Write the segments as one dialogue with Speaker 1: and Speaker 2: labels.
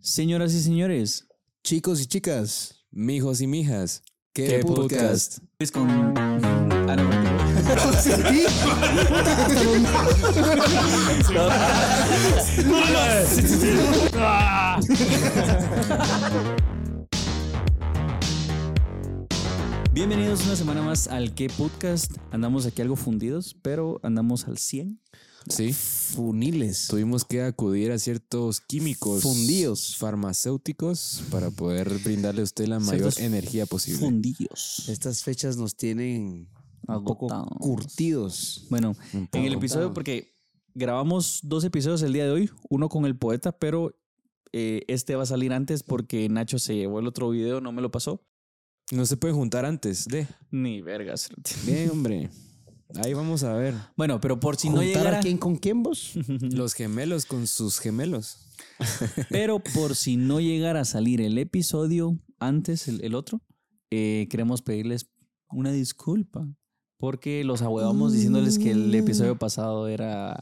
Speaker 1: Señoras y señores,
Speaker 2: Chicos y chicas, mijos y mijas, ¿qué,
Speaker 1: ¿qué podcast?
Speaker 2: podcast?
Speaker 1: Es con Ana Martín. Bienvenidos una semana más al ¿Qué podcast? Andamos aquí algo fundidos, pero andamos al 100.
Speaker 2: Sí,
Speaker 3: Funiles.
Speaker 2: tuvimos que acudir a ciertos químicos
Speaker 3: Fundidos.
Speaker 2: farmacéuticos para poder brindarle a usted la mayor
Speaker 1: Ciertos
Speaker 2: energía posible.
Speaker 1: Fundidos.
Speaker 3: Estas fechas nos tienen un poco
Speaker 1: Agotados.
Speaker 3: curtidos.
Speaker 1: Bueno,
Speaker 2: Un
Speaker 1: en el
Speaker 2: poco.
Speaker 1: episodio, porque grabamos dos episodios el día de hoy, uno con el poeta, pero eh, este va a salir antes porque Nacho se llevó el otro video, no me lo pasó.
Speaker 2: No se pueden juntar antes de.
Speaker 1: Ni vergas.
Speaker 2: Bien, hombre. Ahí vamos a ver.
Speaker 1: Bueno, pero por si no
Speaker 3: ¿Juntar
Speaker 1: llegara,
Speaker 3: a quién con quién vos?
Speaker 2: Los gemelos con sus gemelos.
Speaker 1: pero por si no llegara a salir el episodio antes, el, el otro, eh, queremos pedirles una disculpa. Porque los ahuevamos diciéndoles que el
Speaker 3: Mm.
Speaker 1: episodio pasado era,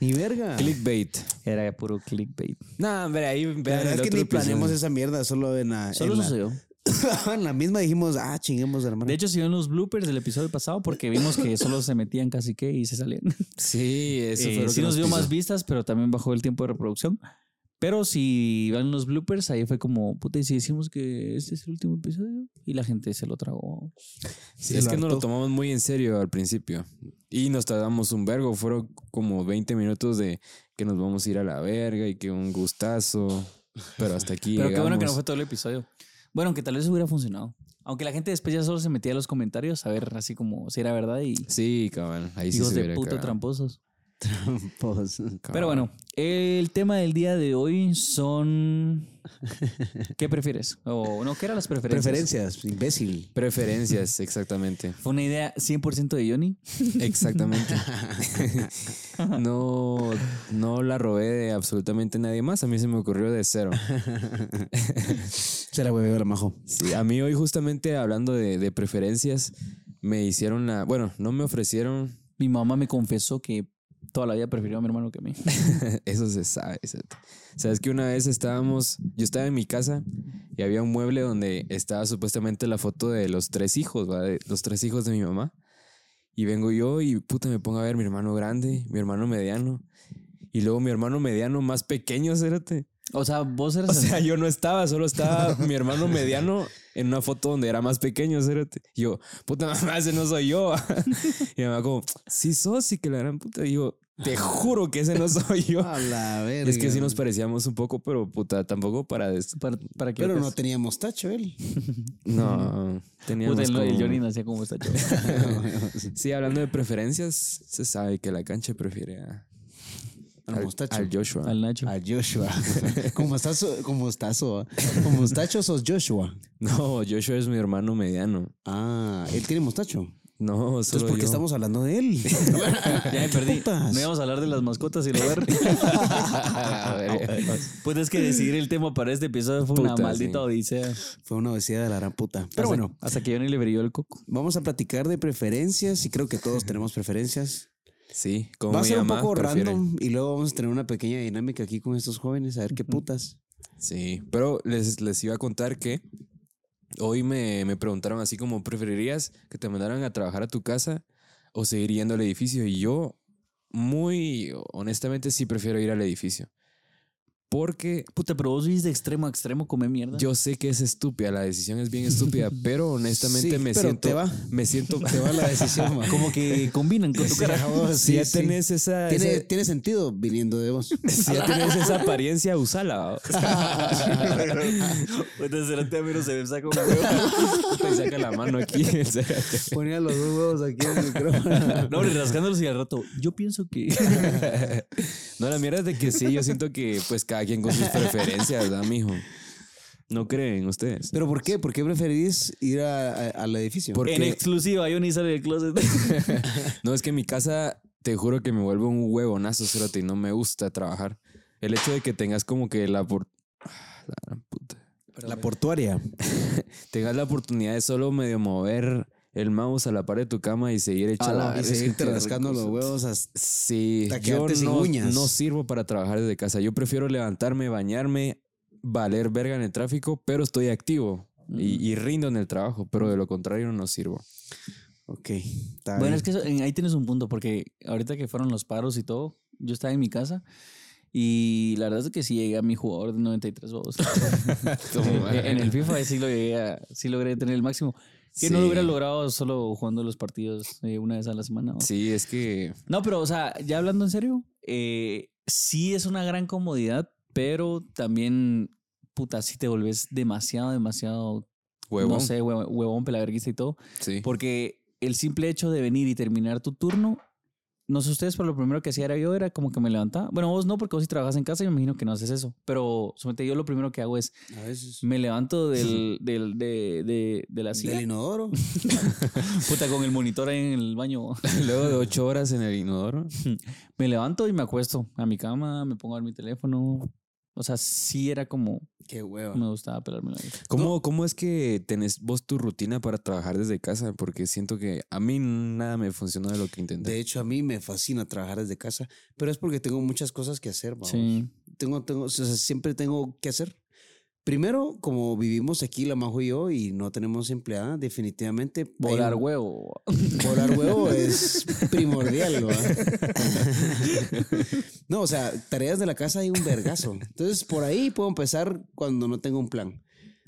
Speaker 3: Ni verga.
Speaker 2: Clickbait.
Speaker 1: era de puro clickbait.
Speaker 2: No, hombre, ahí vean
Speaker 3: La verdad
Speaker 2: el
Speaker 3: es que
Speaker 2: otro
Speaker 3: ni
Speaker 2: episodio.
Speaker 3: planeamos esa mierda, solo en la,
Speaker 1: Solo
Speaker 3: en la-
Speaker 1: sucedió.
Speaker 3: en la misma dijimos, ah, chinguemos, hermano.
Speaker 1: De hecho, se ven los bloopers del episodio pasado porque vimos que solo se metían casi que y se salían.
Speaker 2: Sí, eso
Speaker 1: Eh,
Speaker 2: fue lo
Speaker 1: sí
Speaker 2: que
Speaker 1: nos dio
Speaker 2: pisó.
Speaker 1: más vistas, pero también bajó el tiempo de reproducción. Pero si van los bloopers, ahí fue como, puta, y si decimos que este es el último episodio y la gente se lo tragó.
Speaker 2: Sí,
Speaker 3: Se
Speaker 2: es
Speaker 3: lo
Speaker 2: que no lo
Speaker 3: hartó.
Speaker 2: tomamos muy en serio al principio. Y nos tardamos un vergo. Fueron como 20 minutos de que nos vamos a ir a la verga y que un gustazo. Pero hasta aquí.
Speaker 1: Pero qué bueno que no fue
Speaker 2: llegamos.
Speaker 1: todo el episodio. Bueno, aunque tal vez hubiera funcionado. Aunque la gente después ya solo se metía a los comentarios a ver así como si era verdad y
Speaker 2: Sí, cabrón. Ahí sí
Speaker 1: hijos
Speaker 2: se
Speaker 1: de
Speaker 2: hubiera
Speaker 1: puto
Speaker 2: cagado.
Speaker 1: tramposos.
Speaker 3: Pues,
Speaker 2: Cabrón.
Speaker 1: Pero bueno, el tema del día de hoy son... ¿Qué prefieres? O no, ¿qué eran las preferencias?
Speaker 3: preferencias, imbécil.
Speaker 2: Preferencias, exactamente.
Speaker 1: Fue una idea 100% de Johnny.
Speaker 2: Exactamente. no, no la robé de absolutamente nadie más. A mí se me ocurrió de cero.
Speaker 3: Se la hueveo la majo.
Speaker 2: Sí, a mí hoy justamente hablando de, de preferencias, me hicieron la... Bueno, no me ofrecieron...
Speaker 1: Mi mamá me confesó que toda la vida prefirió a mi hermano que a mí.
Speaker 2: Eso se sabe. se- Sabes que una vez estábamos, yo estaba en mi casa y había un mueble donde estaba supuestamente la foto de los tres hijos, ¿va? De los tres hijos de mi mamá. Y vengo yo y puta me pongo a ver mi hermano grande, mi hermano mediano y luego mi hermano mediano más pequeño, cérate.
Speaker 1: O sea, vos eras.
Speaker 2: O sea, yo no estaba, solo estaba mi hermano mediano en una foto donde era más pequeño, cérate. Y yo, puta mamá, ese no soy yo. Y mi mamá como, sí sos, sí que la gran puta. Y yo, te juro que ese no soy yo.
Speaker 3: A la Ah, verga.
Speaker 2: Es que sí nos parecíamos un poco, pero puta, tampoco para esto.
Speaker 1: para, para que
Speaker 3: Pero
Speaker 1: veas.
Speaker 3: no teníamos tacho, él.
Speaker 2: No, teníamos
Speaker 1: Puta, el,
Speaker 2: como-
Speaker 1: el Johnny nacía como está chaval.
Speaker 2: Sí, hablando de preferencias, se sabe que la cancha prefiere a,
Speaker 3: Al mostacho.
Speaker 2: al Joshua.
Speaker 1: al Nacho.
Speaker 3: A Joshua. como estás, como estás, o- como mostacho sos Joshua.
Speaker 2: No, Joshua es mi hermano mediano.
Speaker 3: Ah, él tiene mostacho.
Speaker 2: No,
Speaker 3: Entonces,
Speaker 2: solo
Speaker 3: ¿por qué
Speaker 2: yo.
Speaker 3: estamos hablando de él?
Speaker 1: ya me perdí.
Speaker 3: putas.
Speaker 1: No íbamos a hablar de las mascotas y lo ver.
Speaker 2: A
Speaker 3: Ah,
Speaker 2: ver,
Speaker 1: pues es que decidir el tema para este episodio fue una
Speaker 2: Puta,
Speaker 1: maldita
Speaker 2: sí.
Speaker 1: odisea.
Speaker 3: Fue una obesidad de la gran puta.
Speaker 1: Hasta-
Speaker 3: Pero bueno,
Speaker 1: Hasta que Johnny le brilló el coco.
Speaker 3: vamos a platicar de preferencias y creo que todos tenemos preferencias.
Speaker 2: Sí, como
Speaker 3: Va a
Speaker 2: mi
Speaker 3: ser un
Speaker 2: mamá
Speaker 3: poco
Speaker 2: prefiere.
Speaker 3: random y luego vamos a tener una pequeña dinámica aquí con estos jóvenes a ver qué putas.
Speaker 2: Sí, pero les, les iba a contar que hoy me, me preguntaron así como, ¿preferirías que te mandaran a trabajar a tu casa o seguir yendo al edificio? Y yo, muy honestamente, sí prefiero ir al edificio. Porque
Speaker 1: Puta, pero vos vivís de extremo a extremo, come mierda.
Speaker 2: yo sé que es estúpida, la decisión es bien estúpida, pero honestamente
Speaker 3: Sí,
Speaker 2: me
Speaker 3: pero
Speaker 2: siento...
Speaker 3: te va.
Speaker 2: Me siento...
Speaker 3: Te va la decisión, ma.
Speaker 1: Como que combinan con tu
Speaker 3: Sí,
Speaker 1: cara.
Speaker 3: a vos,
Speaker 2: si
Speaker 3: sí,
Speaker 2: ya
Speaker 3: sí.
Speaker 2: tenés esa...
Speaker 3: ¿Tiene,
Speaker 2: esa-
Speaker 3: tiene sentido viniendo de vos.
Speaker 2: si ya tenés esa apariencia, usala. o
Speaker 1: Puta, cerate a mí no se me saca una
Speaker 2: sea, saca la mano aquí. o sea,
Speaker 3: Ponía los dos huevos aquí en el micrófono.
Speaker 1: No, hombre, rascándolos y al rato. Yo pienso que.
Speaker 2: No, la mierda es de que sí, yo siento que pues cada quien con sus preferencias, ¿verdad, mijo? ¿No creen ustedes?
Speaker 3: ¿Pero por qué? ¿Por qué preferís ir a- a- al edificio?
Speaker 2: Porque-
Speaker 1: En exclusiva, Johnny sale del closet.
Speaker 2: No, es que en mi casa te juro que me vuelvo un huevonazo, cerote, y no me gusta trabajar. El hecho de que tengas como que la por... Ah, La gran puta.
Speaker 3: la portuaria.
Speaker 2: Tengas la oportunidad de solo medio mover el mouse a la pared de tu cama y seguir
Speaker 3: A
Speaker 2: echando...
Speaker 3: Ah, la, y seguirte rascando los huevos hasta
Speaker 2: Sí,
Speaker 3: Hasta
Speaker 2: yo
Speaker 3: quedarte sin
Speaker 2: no,
Speaker 3: uñas.
Speaker 2: no sirvo para trabajar desde casa. Yo prefiero levantarme, bañarme, valer verga en el tráfico, pero estoy activo y, y rindo en el trabajo, pero de lo contrario no sirvo.
Speaker 3: Ok. está
Speaker 1: Bueno,
Speaker 3: bien.
Speaker 1: es que eso- en- ahí tienes un punto, porque ahorita que fueron los paros y todo, yo estaba en mi casa y la verdad es que sí llegué a mi jugador de 93 babos. en en el FIFA sí, lo llegué a- sí logré tener el máximo. Que no lo
Speaker 2: Sí.
Speaker 1: hubiera logrado solo jugando los partidos eh, una vez a la semana. ¿no?
Speaker 2: Sí, es que
Speaker 1: No, pero, o sea, ya hablando en serio, eh, sí es una gran comodidad, pero también, puta, si te volvés demasiado, demasiado,
Speaker 2: huevón.
Speaker 1: no sé, hue- huevón, pelaverguista y todo.
Speaker 2: Sí.
Speaker 1: Porque el simple hecho de venir y terminar tu turno, no sé ustedes, pero lo primero que hacía era yo, era como que me levantaba. Bueno, vos no, porque vos si trabajas en casa, yo me imagino que no haces eso. Pero solamente yo lo primero que hago es,
Speaker 3: A veces.
Speaker 1: me levanto del, del, de, de, de la
Speaker 3: Del
Speaker 1: silla,
Speaker 3: inodoro.
Speaker 1: puta, con el monitor ahí en el baño.
Speaker 2: Luego de ocho horas en el inodoro.
Speaker 1: Me levanto y me acuesto a mi cama, me pongo a ver mi teléfono. O sea, sí era como
Speaker 3: Qué hueva.
Speaker 1: me gustaba pelarme la vida.
Speaker 2: ¿Cómo, ¿Cómo es que tenés vos tu rutina para trabajar desde casa? Porque siento que a mí nada me funcionó de lo que intenté.
Speaker 3: De hecho, a mí me fascina trabajar desde casa, pero es porque tengo muchas cosas que hacer, vamos.
Speaker 1: Sí.
Speaker 3: Tengo, tengo, o sea, siempre tengo que hacer. Primero, como vivimos aquí, la Majo y yo, y no tenemos empleada, definitivamente. hay
Speaker 1: Volar
Speaker 3: un-
Speaker 1: huevo.
Speaker 3: Volar huevo es primordial, ¿va? No, o sea, tareas de la casa hay un vergazo. Entonces, por ahí puedo empezar cuando no tengo un plan.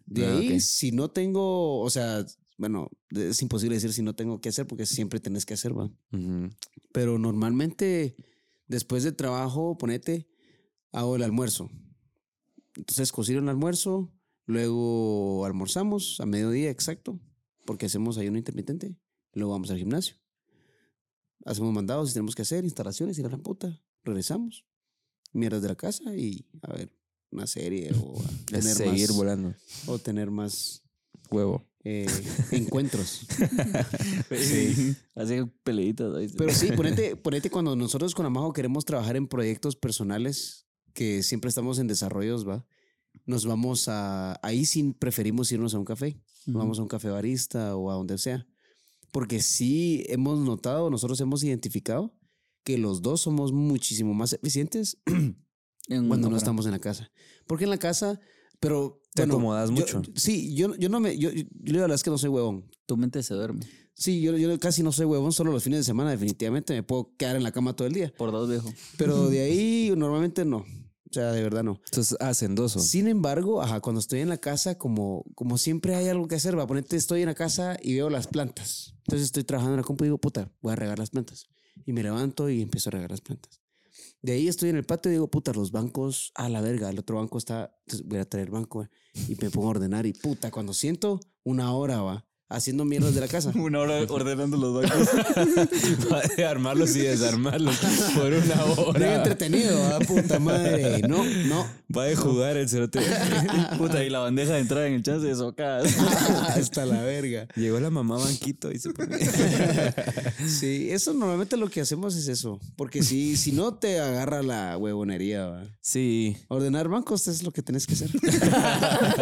Speaker 3: De
Speaker 2: Ah,
Speaker 3: ahí,
Speaker 2: ok.
Speaker 3: si no tengo, o sea, bueno, es imposible decir si no tengo que hacer porque siempre tenés que hacer, ¿va?
Speaker 2: Ujú.
Speaker 3: Pero normalmente, después de trabajo, ponete, hago el almuerzo. Entonces, cocino el almuerzo, luego almorzamos a mediodía exacto, porque hacemos ayuno intermitente, luego vamos al gimnasio. Hacemos mandados si tenemos que hacer, instalaciones, ir a la puta, regresamos, mierdas de la casa y a ver, una serie o a
Speaker 2: Es
Speaker 3: tener
Speaker 2: seguir
Speaker 3: más,
Speaker 2: volando.
Speaker 3: o tener más
Speaker 2: Huevo.
Speaker 3: eh, encuentros.
Speaker 1: Sí. Así peleitas. ahí.
Speaker 3: Pero sí, ponete, ponete cuando nosotros con Amajo queremos trabajar en proyectos personales que siempre estamos en desarrollos, ¿va? Nos vamos a... Ahí sí preferimos irnos a un café. Nos
Speaker 1: Ujú.
Speaker 3: Vamos a un café barista o a donde sea. Porque sí hemos notado, nosotros hemos identificado que los dos somos muchísimo más eficientes
Speaker 1: En
Speaker 3: cuando
Speaker 1: una
Speaker 3: no
Speaker 1: hora.
Speaker 3: estamos en la casa. Porque en la casa, pero...
Speaker 2: Te
Speaker 3: bueno,
Speaker 2: acomodas
Speaker 3: yo-
Speaker 2: mucho.
Speaker 3: Sí, yo, yo no me... Yo, yo, yo la verdad es que no soy huevón.
Speaker 1: Tu mente se duerme.
Speaker 3: Sí, yo, yo casi no soy huevón, solo los fines de semana definitivamente me puedo quedar en la cama todo el día.
Speaker 1: Por dos, viejo.
Speaker 3: Pero de ahí normalmente no. O sea, de verdad no.
Speaker 2: Entonces, hacendoso.
Speaker 3: Sin embargo, ajá, cuando estoy en la casa, como, como siempre hay algo que hacer, va a ponerte, estoy en la casa y veo las plantas. Entonces estoy trabajando en la compu y digo, puta, voy a regar las plantas. Y me levanto y empiezo a regar las plantas. De ahí estoy en el patio y digo, puta, los bancos a la verga, el otro banco está, entonces voy a traer el banco eh". y me pongo a ordenar y puta, cuando siento una hora va haciendo mierdas de la casa.
Speaker 1: Una hora ordenando los bancos.
Speaker 2: de armarlos y desarmarlos por una
Speaker 3: Bien entretenido, ¿va? puta madre. No, no.
Speaker 2: Va de jugar el cerote.
Speaker 1: Puta, y la bandeja de entrada en el chance de socadas.
Speaker 3: Hasta la verga.
Speaker 2: Llegó la mamá banquito y se pone-
Speaker 3: Sí, eso normalmente lo que hacemos es eso. Porque si, si no te agarra la huevonería, ¿va?
Speaker 2: Sí.
Speaker 3: Ordenar bancos es lo que tenés que hacer.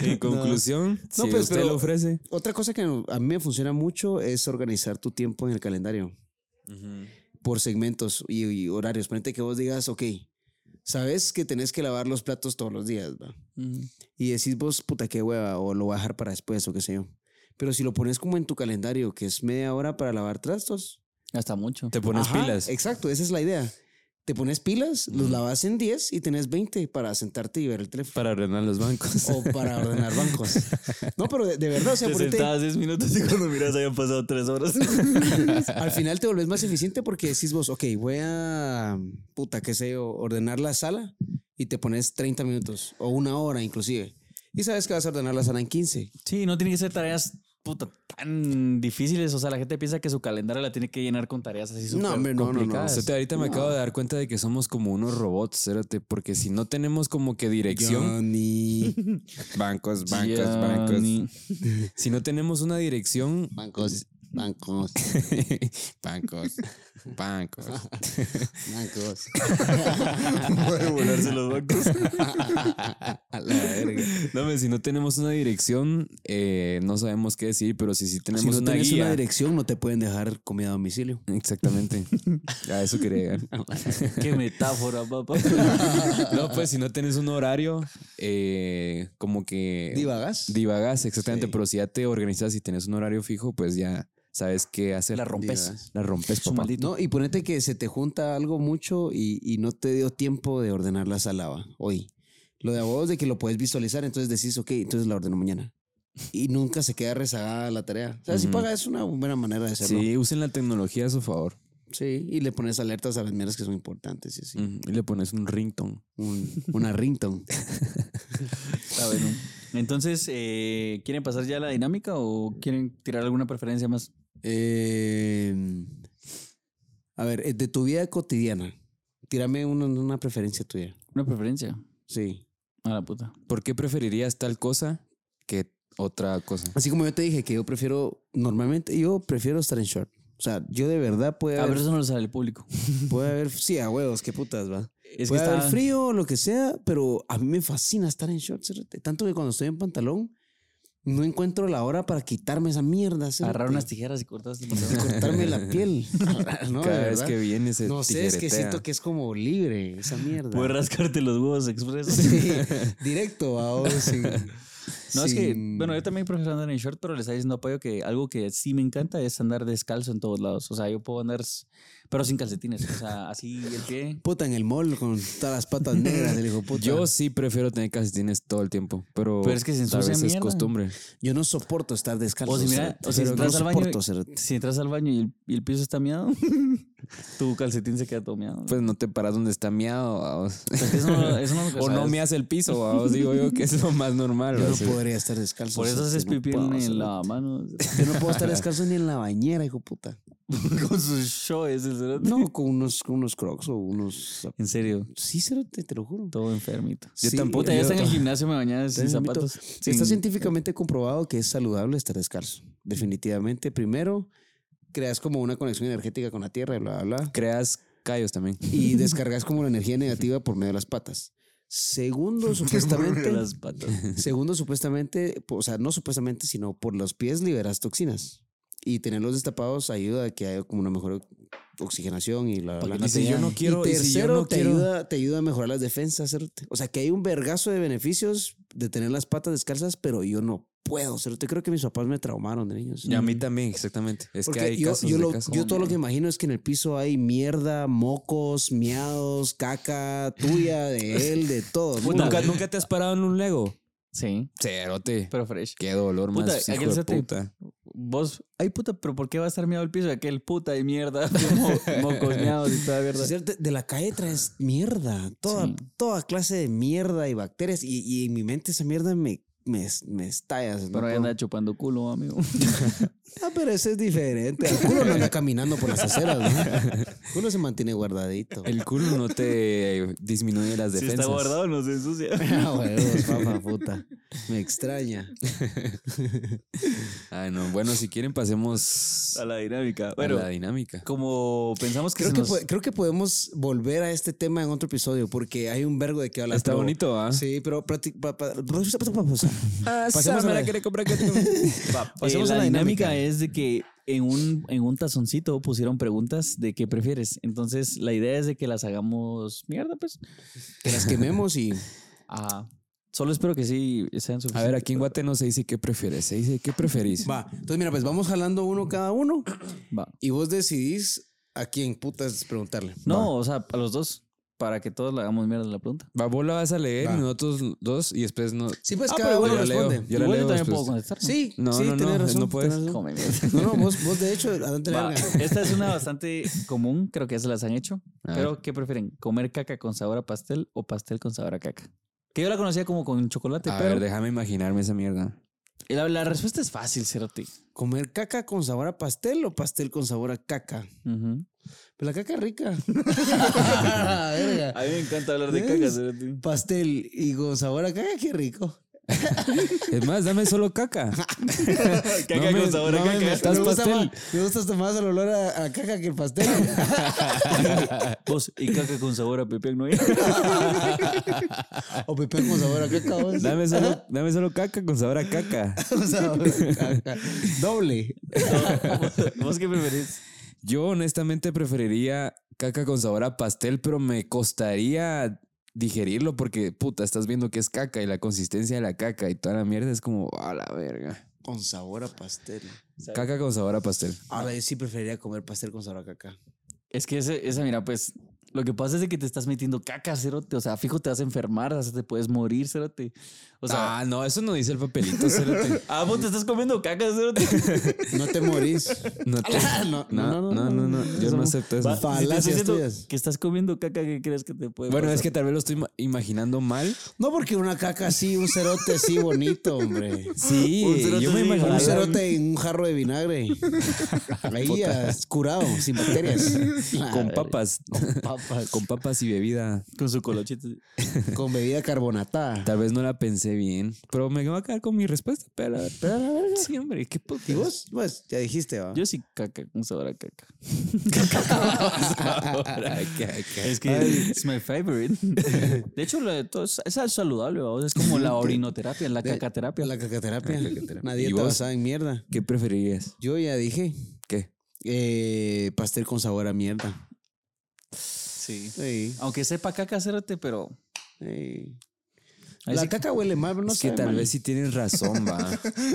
Speaker 2: En conclusión,
Speaker 3: No,
Speaker 2: si
Speaker 3: pues,
Speaker 2: usted
Speaker 3: pero-
Speaker 2: lo ofrece.
Speaker 3: Otra cosa que a mí me funciona mucho es organizar tu tiempo en el calendario por segmentos y, y horarios. Ponete que vos digas, ok, sabes que tenés que lavar los platos todos los días, ¿va? y decís vos, puta, qué hueva, o lo voy a dejar para después, o qué sé yo. Pero si lo pones como en tu calendario, que es media hora para lavar trastos.
Speaker 1: Hasta mucho.
Speaker 2: Te pones
Speaker 3: Ajá,
Speaker 2: pilas.
Speaker 3: Exacto, esa es la idea. Te pones pilas, los lavas en 10 y tenés 20 para sentarte y ver el teléfono.
Speaker 2: Para ordenar los bancos.
Speaker 3: O para ordenar bancos. No, pero de, de verdad, o sea,
Speaker 1: Te
Speaker 3: ponete-
Speaker 1: sentabas 10 minutos y cuando miras habían pasado 3 horas.
Speaker 3: al final te volvés más eficiente porque decís vos, ok, voy a, puta, qué sé yo, ordenar la sala y te pones 30 minutos o una hora inclusive. Y sabes que vas a ordenar la sala en 15.
Speaker 1: Sí, no tienen que ser tareas puta, tan difíciles. O sea, la gente piensa que su calendario la tiene que llenar con tareas así súper
Speaker 3: hombre, no, no, no.
Speaker 1: complicadas.
Speaker 2: Cerote, ahorita me acabo de dar cuenta de que somos como unos robots, cerote, porque si no tenemos como que dirección,
Speaker 3: Johnny.
Speaker 2: bancos, bancos,
Speaker 1: Ya,
Speaker 2: bancos.
Speaker 1: ni-
Speaker 2: Si no tenemos una dirección,
Speaker 3: Bancos. Bancos,
Speaker 2: Pancos. Pancos.
Speaker 3: bancos.
Speaker 2: Puede volarse los bancos.
Speaker 3: A la verga.
Speaker 2: No, hombre, si no tenemos una dirección, eh, no sabemos qué decir, pero si sí tenemos
Speaker 3: Si no
Speaker 2: una
Speaker 3: tienes
Speaker 2: guía.
Speaker 3: una dirección, no te pueden dejar comida a domicilio.
Speaker 2: Exactamente. A eso quería llegar.
Speaker 1: Qué metáfora, papá. Ah,
Speaker 3: Ah,
Speaker 2: No, pues si no tenés un horario, eh, como que
Speaker 3: ¿Divagas?
Speaker 2: divagás, exactamente,
Speaker 3: Sí.
Speaker 2: pero si ya te organizas y tenés un horario fijo, pues ya sabes qué hacer.
Speaker 1: La rompes.
Speaker 3: Divagas.
Speaker 2: La rompes,
Speaker 1: Su
Speaker 2: papá.
Speaker 1: maldito-
Speaker 3: No, y ponete que se te junta algo mucho y, y no te dio tiempo de ordenar la sala va, hoy. Lo de a vos de que lo puedes visualizar, entonces decís, ok, entonces la ordeno mañana. Y nunca se queda rezagada la tarea. O sea, si
Speaker 2: Ujú.
Speaker 3: paga es una buena manera de hacerlo. Sí.
Speaker 2: Sí, usen la tecnología a su favor.
Speaker 3: y le pones alertas a las mierdas que son importantes y así.
Speaker 2: Ujú, Y le pones un ringtone.
Speaker 3: Un- una ringtone.
Speaker 1: Está bueno. Entonces, eh, ¿quieren pasar ya a la dinámica o quieren tirar alguna preferencia más?
Speaker 3: Eh, a ver, eh, de tu vida cotidiana, tírame una, una preferencia tuya.
Speaker 1: Una preferencia.
Speaker 3: Sí.
Speaker 1: A la puta.
Speaker 2: ¿Por qué preferirías tal cosa que otra cosa?
Speaker 3: Así como yo te dije que yo prefiero, normalmente yo prefiero estar en short. O sea, yo de verdad puede
Speaker 1: A ver,
Speaker 3: haber,
Speaker 1: Ah, eso no lo sabe el público.
Speaker 3: puede haber, sí, a huevos, qué putas, va.
Speaker 1: Es que
Speaker 3: puede haber
Speaker 1: está-
Speaker 3: frío o lo que sea, pero a mí me fascina estar en short, cerote. Tanto que cuando estoy en pantalón, no encuentro la hora para quitarme esa mierda, cerote.
Speaker 1: Agarrar unas tijeras y cortarse. el pantalón.
Speaker 3: Cortarme la piel. No, de
Speaker 2: Cada vez
Speaker 3: verdad.
Speaker 2: que viene se
Speaker 3: No sé, es que
Speaker 2: tijeretea.
Speaker 3: siento que es como libre esa mierda.
Speaker 1: Puedes rascarte los huevos expresos.
Speaker 3: Sí, directo, vamos. sin-
Speaker 1: No, es que,
Speaker 3: sin-
Speaker 1: bueno, yo también prefiero andar en short, pero les está diciendo apoyo que algo que sí me encanta es andar descalzo en todos lados. O sea, yo puedo andar, s- pero sin calcetines. O sea, así el pie.
Speaker 3: Puta en el mall con todas las patas negras, le dijo puta.
Speaker 2: Yo sí prefiero tener calcetines todo el tiempo, pero,
Speaker 1: Pero es que se
Speaker 2: tal
Speaker 1: ensucia
Speaker 2: vez es
Speaker 1: mierda.
Speaker 2: costumbre.
Speaker 3: Yo no soporto estar descalzo.
Speaker 1: O si mira,
Speaker 3: cerote,
Speaker 1: o si
Speaker 3: pero
Speaker 1: entras al baño y-
Speaker 3: cerote.
Speaker 1: Si entras al baño y el, y el piso está miado, tu calcetín se queda todo miado.
Speaker 2: Pues no te paras donde está miado. vamos.
Speaker 1: O sea, que Pues, eso no, eso no lo
Speaker 2: O no
Speaker 1: sabes.
Speaker 2: meas el piso, vamos, digo yo que es lo más normal.
Speaker 3: Yo no
Speaker 2: vamos.
Speaker 3: podría estar descalzo.
Speaker 1: Por eso
Speaker 3: cerote,
Speaker 1: haces
Speaker 3: no
Speaker 1: pipí
Speaker 3: puedo,
Speaker 1: en el
Speaker 3: cerote.
Speaker 1: lavamanos.
Speaker 3: Yo no puedo estar descalzo ni en la bañera, hijo puta.
Speaker 1: Con sus shows, el cerote.
Speaker 3: No, con unos, con unos crocs o unos.
Speaker 1: En serio,
Speaker 3: Sí, cerote, te lo juro.
Speaker 1: todo enfermito.
Speaker 3: Yo Sí, tampoco.
Speaker 1: Puta, ya
Speaker 3: yo
Speaker 1: está en el
Speaker 3: to-
Speaker 1: gimnasio, me bañaba sin
Speaker 3: Entonces, invito-
Speaker 1: zapatos.
Speaker 3: Está
Speaker 1: sin-
Speaker 3: científicamente comprobado que es saludable estar descalzo. Definitivamente, primero, creas como una conexión energética con la tierra y bla, bla, bla.
Speaker 2: Creas callos también.
Speaker 3: y descargas como la energía negativa por medio de las patas. Segundo, supuestamente,
Speaker 1: las patas.
Speaker 3: segundo, supuestamente, po- o sea, no supuestamente, sino por los pies liberas toxinas. Y tenerlos destapados ayuda a que haya como una mejor oxigenación y la...
Speaker 1: Pa'
Speaker 3: la-
Speaker 1: que no
Speaker 3: la-
Speaker 2: Y si
Speaker 1: te
Speaker 2: yo no
Speaker 1: dan.
Speaker 2: quiero,
Speaker 3: y
Speaker 2: y si yo
Speaker 3: tercero,
Speaker 2: no
Speaker 3: te,
Speaker 2: quiero,
Speaker 3: ayuda, te ayuda a mejorar las defensas. cerote. O sea, que hay un vergazo de beneficios de tener las patas descalzas, pero yo no puedo. cerote. Creo que mis papás me traumaron de niños.
Speaker 2: Y a mí también, exactamente. Es
Speaker 3: Porque
Speaker 2: que hay
Speaker 3: yo,
Speaker 2: casos
Speaker 3: yo
Speaker 2: de
Speaker 3: lo-
Speaker 2: casos.
Speaker 3: yo todo lo que imagino es que en el piso hay mierda, mocos, miados, caca tuya, de él, de todo. ¿no?
Speaker 2: ¿Nunca, nunca te has parado en un Lego?
Speaker 1: Sí,
Speaker 2: Cerote.
Speaker 1: pero fresh.
Speaker 2: Qué dolor
Speaker 1: Puta,
Speaker 2: más hijo
Speaker 1: aquel
Speaker 2: de
Speaker 1: cerote.
Speaker 2: puta.
Speaker 1: Vos, ay puta, pero ¿por qué va a estar miado el piso? Aquel puta de mierda, mo- mocos miados y toda
Speaker 3: Es
Speaker 1: mierda.
Speaker 3: cierto, de la calle traes mierda, toda,
Speaker 1: Sí.
Speaker 3: toda clase de mierda y bacterias. Y, y en mi mente esa mierda me, me, me estalla. no
Speaker 1: Pero ahí
Speaker 3: puedo.
Speaker 1: anda chupando culo, amigo.
Speaker 3: Ah, pero eso es diferente. El culo no anda caminando por las aceras. ¿no? El culo se mantiene guardadito.
Speaker 2: El culo no te disminuye las defensas.
Speaker 1: no se ensucia.
Speaker 3: Ah, huevos, papa, puta. Me extraña.
Speaker 2: Ay, Ah, no. Bueno, si quieren, pasemos
Speaker 1: A la dinámica.
Speaker 2: a
Speaker 1: Bueno,
Speaker 2: la dinámica.
Speaker 1: como pensamos que,
Speaker 3: Creo
Speaker 1: se
Speaker 3: que,
Speaker 1: nos-
Speaker 3: po- creo que podemos volver a este tema en otro episodio porque hay un vergo de que hablar.
Speaker 2: Está
Speaker 3: pero-
Speaker 2: bonito, ¿ah?
Speaker 3: Sí, pero practi- pa- pa- Pasemos a la-
Speaker 1: Va,
Speaker 3: pasemos
Speaker 1: eh,
Speaker 3: a
Speaker 1: la
Speaker 3: la
Speaker 1: dinámica
Speaker 3: dinámica.
Speaker 1: es de que en un, en un tazoncito pusieron preguntas de qué prefieres. Entonces, la idea es de que las hagamos mierda, pues.
Speaker 3: que las quememos y
Speaker 1: Ah, solo espero que sí sean suficientes.
Speaker 2: A ver, aquí en Guate no se dice qué prefieres, se dice qué preferís.
Speaker 3: va. Entonces, mira, pues vamos jalando uno cada uno
Speaker 1: Va.
Speaker 3: y vos decidís a quién putas preguntarle.
Speaker 1: No, o sea, a los dos, para que todos le hagamos mierda en la pregunta.
Speaker 2: Va, vos la vas a leer
Speaker 3: Va.
Speaker 2: y nosotros dos y después no.
Speaker 3: Sí, pues
Speaker 1: Ah, pero
Speaker 3: cada uno
Speaker 1: bueno,
Speaker 2: yo la leo.
Speaker 3: responde.
Speaker 2: Yo la
Speaker 1: Igual
Speaker 2: leo
Speaker 1: también puedo
Speaker 2: después. pues.
Speaker 1: contestar. ¿no?
Speaker 3: Sí,
Speaker 2: No,
Speaker 3: sí,
Speaker 2: no,
Speaker 3: tenés
Speaker 2: no,
Speaker 3: razón.
Speaker 2: no puedes.
Speaker 3: tenés razón.
Speaker 1: Come
Speaker 3: No, no, vos, vos de hecho, adelante
Speaker 1: Va,
Speaker 3: verga.
Speaker 1: Esta es una bastante común, creo que ya se las han hecho.
Speaker 2: A
Speaker 1: Pero, ¿qué prefieren? ¿Comer caca con sabor a pastel o pastel con sabor a caca? Que yo la conocía como con chocolate,
Speaker 2: A
Speaker 1: pero
Speaker 2: ver, déjame imaginarme esa mierda.
Speaker 1: la, la respuesta es fácil, Cerote.
Speaker 3: ¿Comer caca con sabor a pastel o pastel con sabor a caca?
Speaker 1: Ujú.
Speaker 3: Pero la caca es rica. Verga.
Speaker 1: A mí me encanta hablar
Speaker 3: de caca,
Speaker 1: Cerote.
Speaker 3: Pastel y con sabor a caca, qué rico.
Speaker 2: Es más, dame solo caca.
Speaker 3: Ah,
Speaker 2: No me- no me metas
Speaker 3: Me gusta,
Speaker 2: pastel.
Speaker 3: más, me gusta hasta más el olor a, a caca que el pastel.
Speaker 1: Vos, y caca con sabor a pepe no hay.
Speaker 3: o pepe con sabor a caca. vos.
Speaker 2: Dame solo, dame solo caca con sabor a caca.
Speaker 3: Con sabor a caca. Doble.
Speaker 1: ¿Vos qué preferís?
Speaker 2: Yo honestamente preferiría caca con sabor a pastel, pero me costaría digerirlo porque, puta, estás viendo que es caca y la consistencia de la caca y toda la mierda es como, a la verga.
Speaker 3: Con sabor a pastel.
Speaker 2: Caca con sabor a pastel.
Speaker 3: Ahora yo sí preferiría comer pastel con sabor a caca.
Speaker 1: Es que ese- esa, mira, pues lo que pasa es de que te estás metiendo caca, cerote. O sea, fijo, te vas a enfermar, hasta te puedes morir, cerote. O sea,
Speaker 2: ah, no, eso no dice el papelito. cérate.
Speaker 1: ah, vos te estás comiendo caca, cerote.
Speaker 3: No te morís.
Speaker 2: No, te-
Speaker 3: No,
Speaker 2: no, no, no, no, yo no acepto eso.
Speaker 1: Va, si te estás
Speaker 3: Falacias
Speaker 1: diciendo
Speaker 3: tuyas.
Speaker 1: Que estás comiendo caca, ¿qué crees que te puede
Speaker 2: Bueno,
Speaker 1: pasar?
Speaker 2: es que tal vez lo estoy ima- imaginando mal.
Speaker 3: No porque una caca así, un cerote así bonito, hombre.
Speaker 2: Sí,
Speaker 1: Un cerote
Speaker 2: yo me
Speaker 1: sí,
Speaker 2: imagino.
Speaker 3: Un
Speaker 1: Ojalá.
Speaker 3: cerote en un jarro de vinagre. Ahí ah, curado, sin bacterias.
Speaker 2: Con papas.
Speaker 1: papas.
Speaker 2: Con papas y bebida.
Speaker 1: Con su colochito.
Speaker 3: Con bebida carbonatada.
Speaker 2: Tal vez no la pensé bien, pero me voy a quedar con mi respuesta. Pero,
Speaker 3: Pero a la verga.
Speaker 2: sí, hombre, qué
Speaker 3: ¿Y
Speaker 2: podcast.
Speaker 3: vos? Pues ya dijiste, va.
Speaker 1: Yo sí caca, con sabor a caca.
Speaker 2: Ahora, ¿qué- qué?
Speaker 1: Es que es my favorite. De hecho, la de todos, esa es saludable, ¿va? O sea, es como la orinoterapia, la
Speaker 3: De-
Speaker 1: cacaterapia.
Speaker 3: La cacaterapia. Una
Speaker 2: ¿Y
Speaker 3: dieta
Speaker 2: vos?
Speaker 3: basada en mierda.
Speaker 2: ¿Qué preferirías?
Speaker 3: Yo ya dije.
Speaker 2: ¿Qué?
Speaker 3: eh, pastel con sabor a mierda.
Speaker 1: Sí.
Speaker 3: Sí,
Speaker 1: Aunque sepa caca, cérate, pero...
Speaker 3: sí.
Speaker 1: ahí
Speaker 3: La
Speaker 1: sí-
Speaker 3: caca huele mal, pero no
Speaker 2: es que
Speaker 3: sabe
Speaker 2: tal
Speaker 3: mal.
Speaker 2: vez sí tienen razón, va.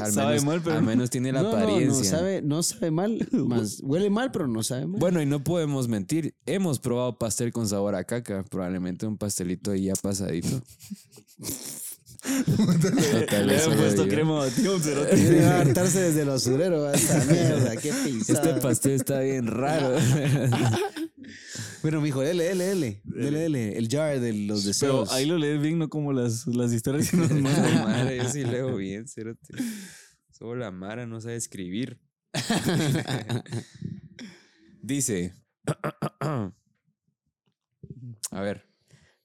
Speaker 2: Al
Speaker 1: Sabe
Speaker 2: menos,
Speaker 1: mal, pero
Speaker 2: al
Speaker 1: no.
Speaker 2: menos tiene la
Speaker 3: No, no,
Speaker 2: apariencia.
Speaker 3: No, sabe, no sabe mal. más- huele mal, pero no sabe mal.
Speaker 2: Bueno, y no podemos mentir. Hemos probado pastel con sabor a caca. Probablemente un pastelito ahí ya pasadito. O tal
Speaker 1: Le
Speaker 2: vez
Speaker 1: han
Speaker 2: solo
Speaker 1: puesto
Speaker 2: yo.
Speaker 1: crema batida a un cerote.
Speaker 3: Tiene que hartarse desde el basurero. Esta mierda, qué pisada.
Speaker 2: Este pastel está bien raro.
Speaker 3: Bueno, mijo, dele, dele, dele. Dele, dele. El jar de los deseos.
Speaker 1: Pero ahí lo lees bien, no como las, las historias que nos mandan.
Speaker 2: Mara, yo sí leo bien, cérate. Solo la Mara no sabe escribir. Dice. A ver.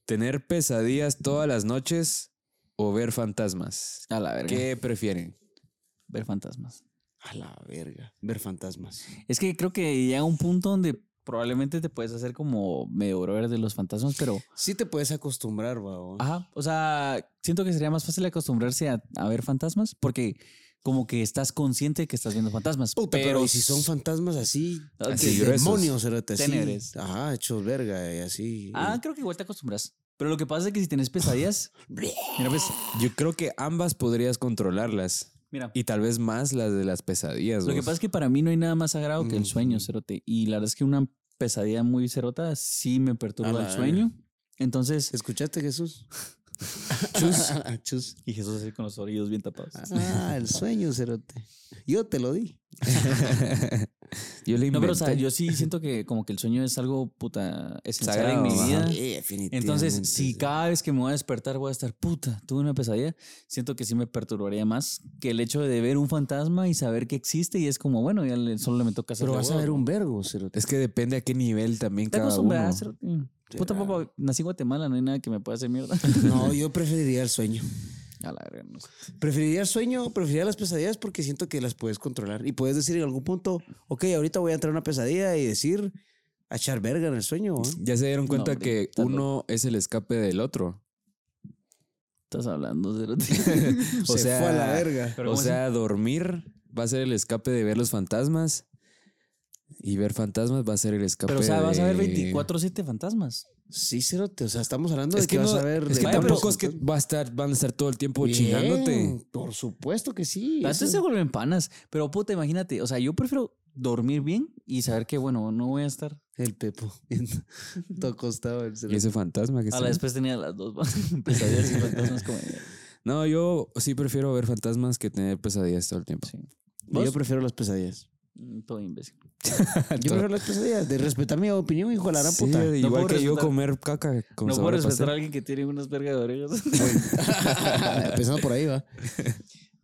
Speaker 2: Tener pesadillas todas las noches o ver fantasmas.
Speaker 1: A la verga.
Speaker 2: ¿Qué prefieren?
Speaker 1: Ver fantasmas.
Speaker 3: A la verga. Ver fantasmas.
Speaker 1: Es que creo que llega un punto donde probablemente te puedes hacer como medio brother de los fantasmas, pero...
Speaker 3: Sí te puedes acostumbrar, babo.
Speaker 1: Ajá, o sea, siento que sería más fácil acostumbrarse a, a ver fantasmas porque como que estás consciente de que estás viendo fantasmas.
Speaker 3: Puta, pero, ¿y si son fantasmas así,
Speaker 1: Ok,
Speaker 3: así
Speaker 2: gruesos.
Speaker 3: demonios, cerote, así.
Speaker 1: Tenebres.
Speaker 3: Ajá, hechos verga y así.
Speaker 1: Ah, creo que igual te acostumbras. Pero lo que pasa es que si tenés pesadillas, mira, pues,
Speaker 2: Yo creo que ambas podrías controlarlas.
Speaker 1: mira.
Speaker 2: Y tal vez más las de las pesadillas.
Speaker 1: Lo que
Speaker 2: vos.
Speaker 1: pasa es que para mí no hay nada más sagrado que el
Speaker 3: Mm.
Speaker 1: sueño, cerote. Y la verdad es que una pesadilla muy cerota sí me
Speaker 3: A
Speaker 1: perturba
Speaker 3: la
Speaker 1: el sueño. Entonces,
Speaker 3: ¿Escuchaste, Jesús? Chus. Chus.
Speaker 1: y Jesús así con los orillos bien tapados.
Speaker 3: Ah, el sueño, cerote. Yo te lo di.
Speaker 2: Yo le
Speaker 1: No, pero o sea,
Speaker 2: inventé.
Speaker 1: yo sí siento que como que el sueño es algo puta esencial
Speaker 2: Sagrado,
Speaker 1: en mi
Speaker 2: ajá.
Speaker 1: vida.
Speaker 3: Sí, definitivamente.
Speaker 1: Entonces, si cada vez que me voy a despertar voy a estar, puta, tuve una pesadilla, siento que sí me perturbaría más que el hecho de ver un fantasma y saber que existe y es como, bueno, ya le- solo me toca hacer
Speaker 3: Pero vas a ver un vergo, cerote.
Speaker 2: Es que depende a qué nivel también
Speaker 1: Te
Speaker 2: cada uno.
Speaker 1: acostumbras, cerote. Puta papá, nací en Guatemala, no hay nada que me pueda hacer mierda.
Speaker 3: No, yo preferiría el sueño.
Speaker 1: a la verga, no sé.
Speaker 3: Preferiría el sueño, preferiría las pesadillas porque siento que las puedes controlar y puedes decir en algún punto, ok, ahorita voy a entrar a una pesadilla y decir a echar verga en el sueño. ¿va?".
Speaker 2: Ya se dieron cuenta
Speaker 1: hombre,
Speaker 2: que
Speaker 1: está
Speaker 2: uno es el escape del otro.
Speaker 1: Estás hablando, cerote.
Speaker 2: O
Speaker 3: Se
Speaker 2: sea,
Speaker 3: fue a la verga.
Speaker 1: Pero
Speaker 2: o
Speaker 1: ¿cómo
Speaker 2: sea, dormir va a ser el escape de ver los fantasmas. Y ver fantasmas va a ser el escape
Speaker 1: Pero o sea, vas a ver
Speaker 2: de-
Speaker 1: 24/7 fantasmas.
Speaker 3: Sí, cerote, o sea, estamos hablando
Speaker 2: Es
Speaker 3: de
Speaker 2: que,
Speaker 3: que, vas
Speaker 2: no-
Speaker 3: a ver.
Speaker 2: es que
Speaker 3: de-
Speaker 1: Vaya,
Speaker 2: tampoco
Speaker 1: pero-
Speaker 2: es que va a estar, van a estar todo el tiempo
Speaker 3: Bien,
Speaker 2: chingándote.
Speaker 3: Por supuesto que sí.
Speaker 1: Antes
Speaker 3: eso-
Speaker 1: se vuelven panas, pero puta, imagínate, o sea, yo prefiero dormir bien y saber que, bueno, no voy a estar.
Speaker 3: El Pepo. Todo costado el
Speaker 2: Y
Speaker 3: cerote.
Speaker 2: ese fantasma que
Speaker 1: A
Speaker 2: está-
Speaker 1: la Ah, después tenía las dos pesadillas y fantasmas como...
Speaker 2: No, yo sí prefiero ver fantasmas que tener pesadillas todo el tiempo.
Speaker 1: Sí.
Speaker 3: Y Yo prefiero las pesadillas.
Speaker 1: Mm, Todo imbécil.
Speaker 3: Yo prefiero las pesadillas. De respetar mi opinión, hijo de la gran
Speaker 2: Sí,
Speaker 3: puta.
Speaker 2: igual
Speaker 1: puedo
Speaker 2: que yo
Speaker 1: respetar-
Speaker 2: comer caca con
Speaker 1: no puedo
Speaker 2: sabor a
Speaker 1: respetar
Speaker 2: pastel.
Speaker 1: a alguien que tiene unas vergas de orejas.
Speaker 3: Empezando por ahí, va.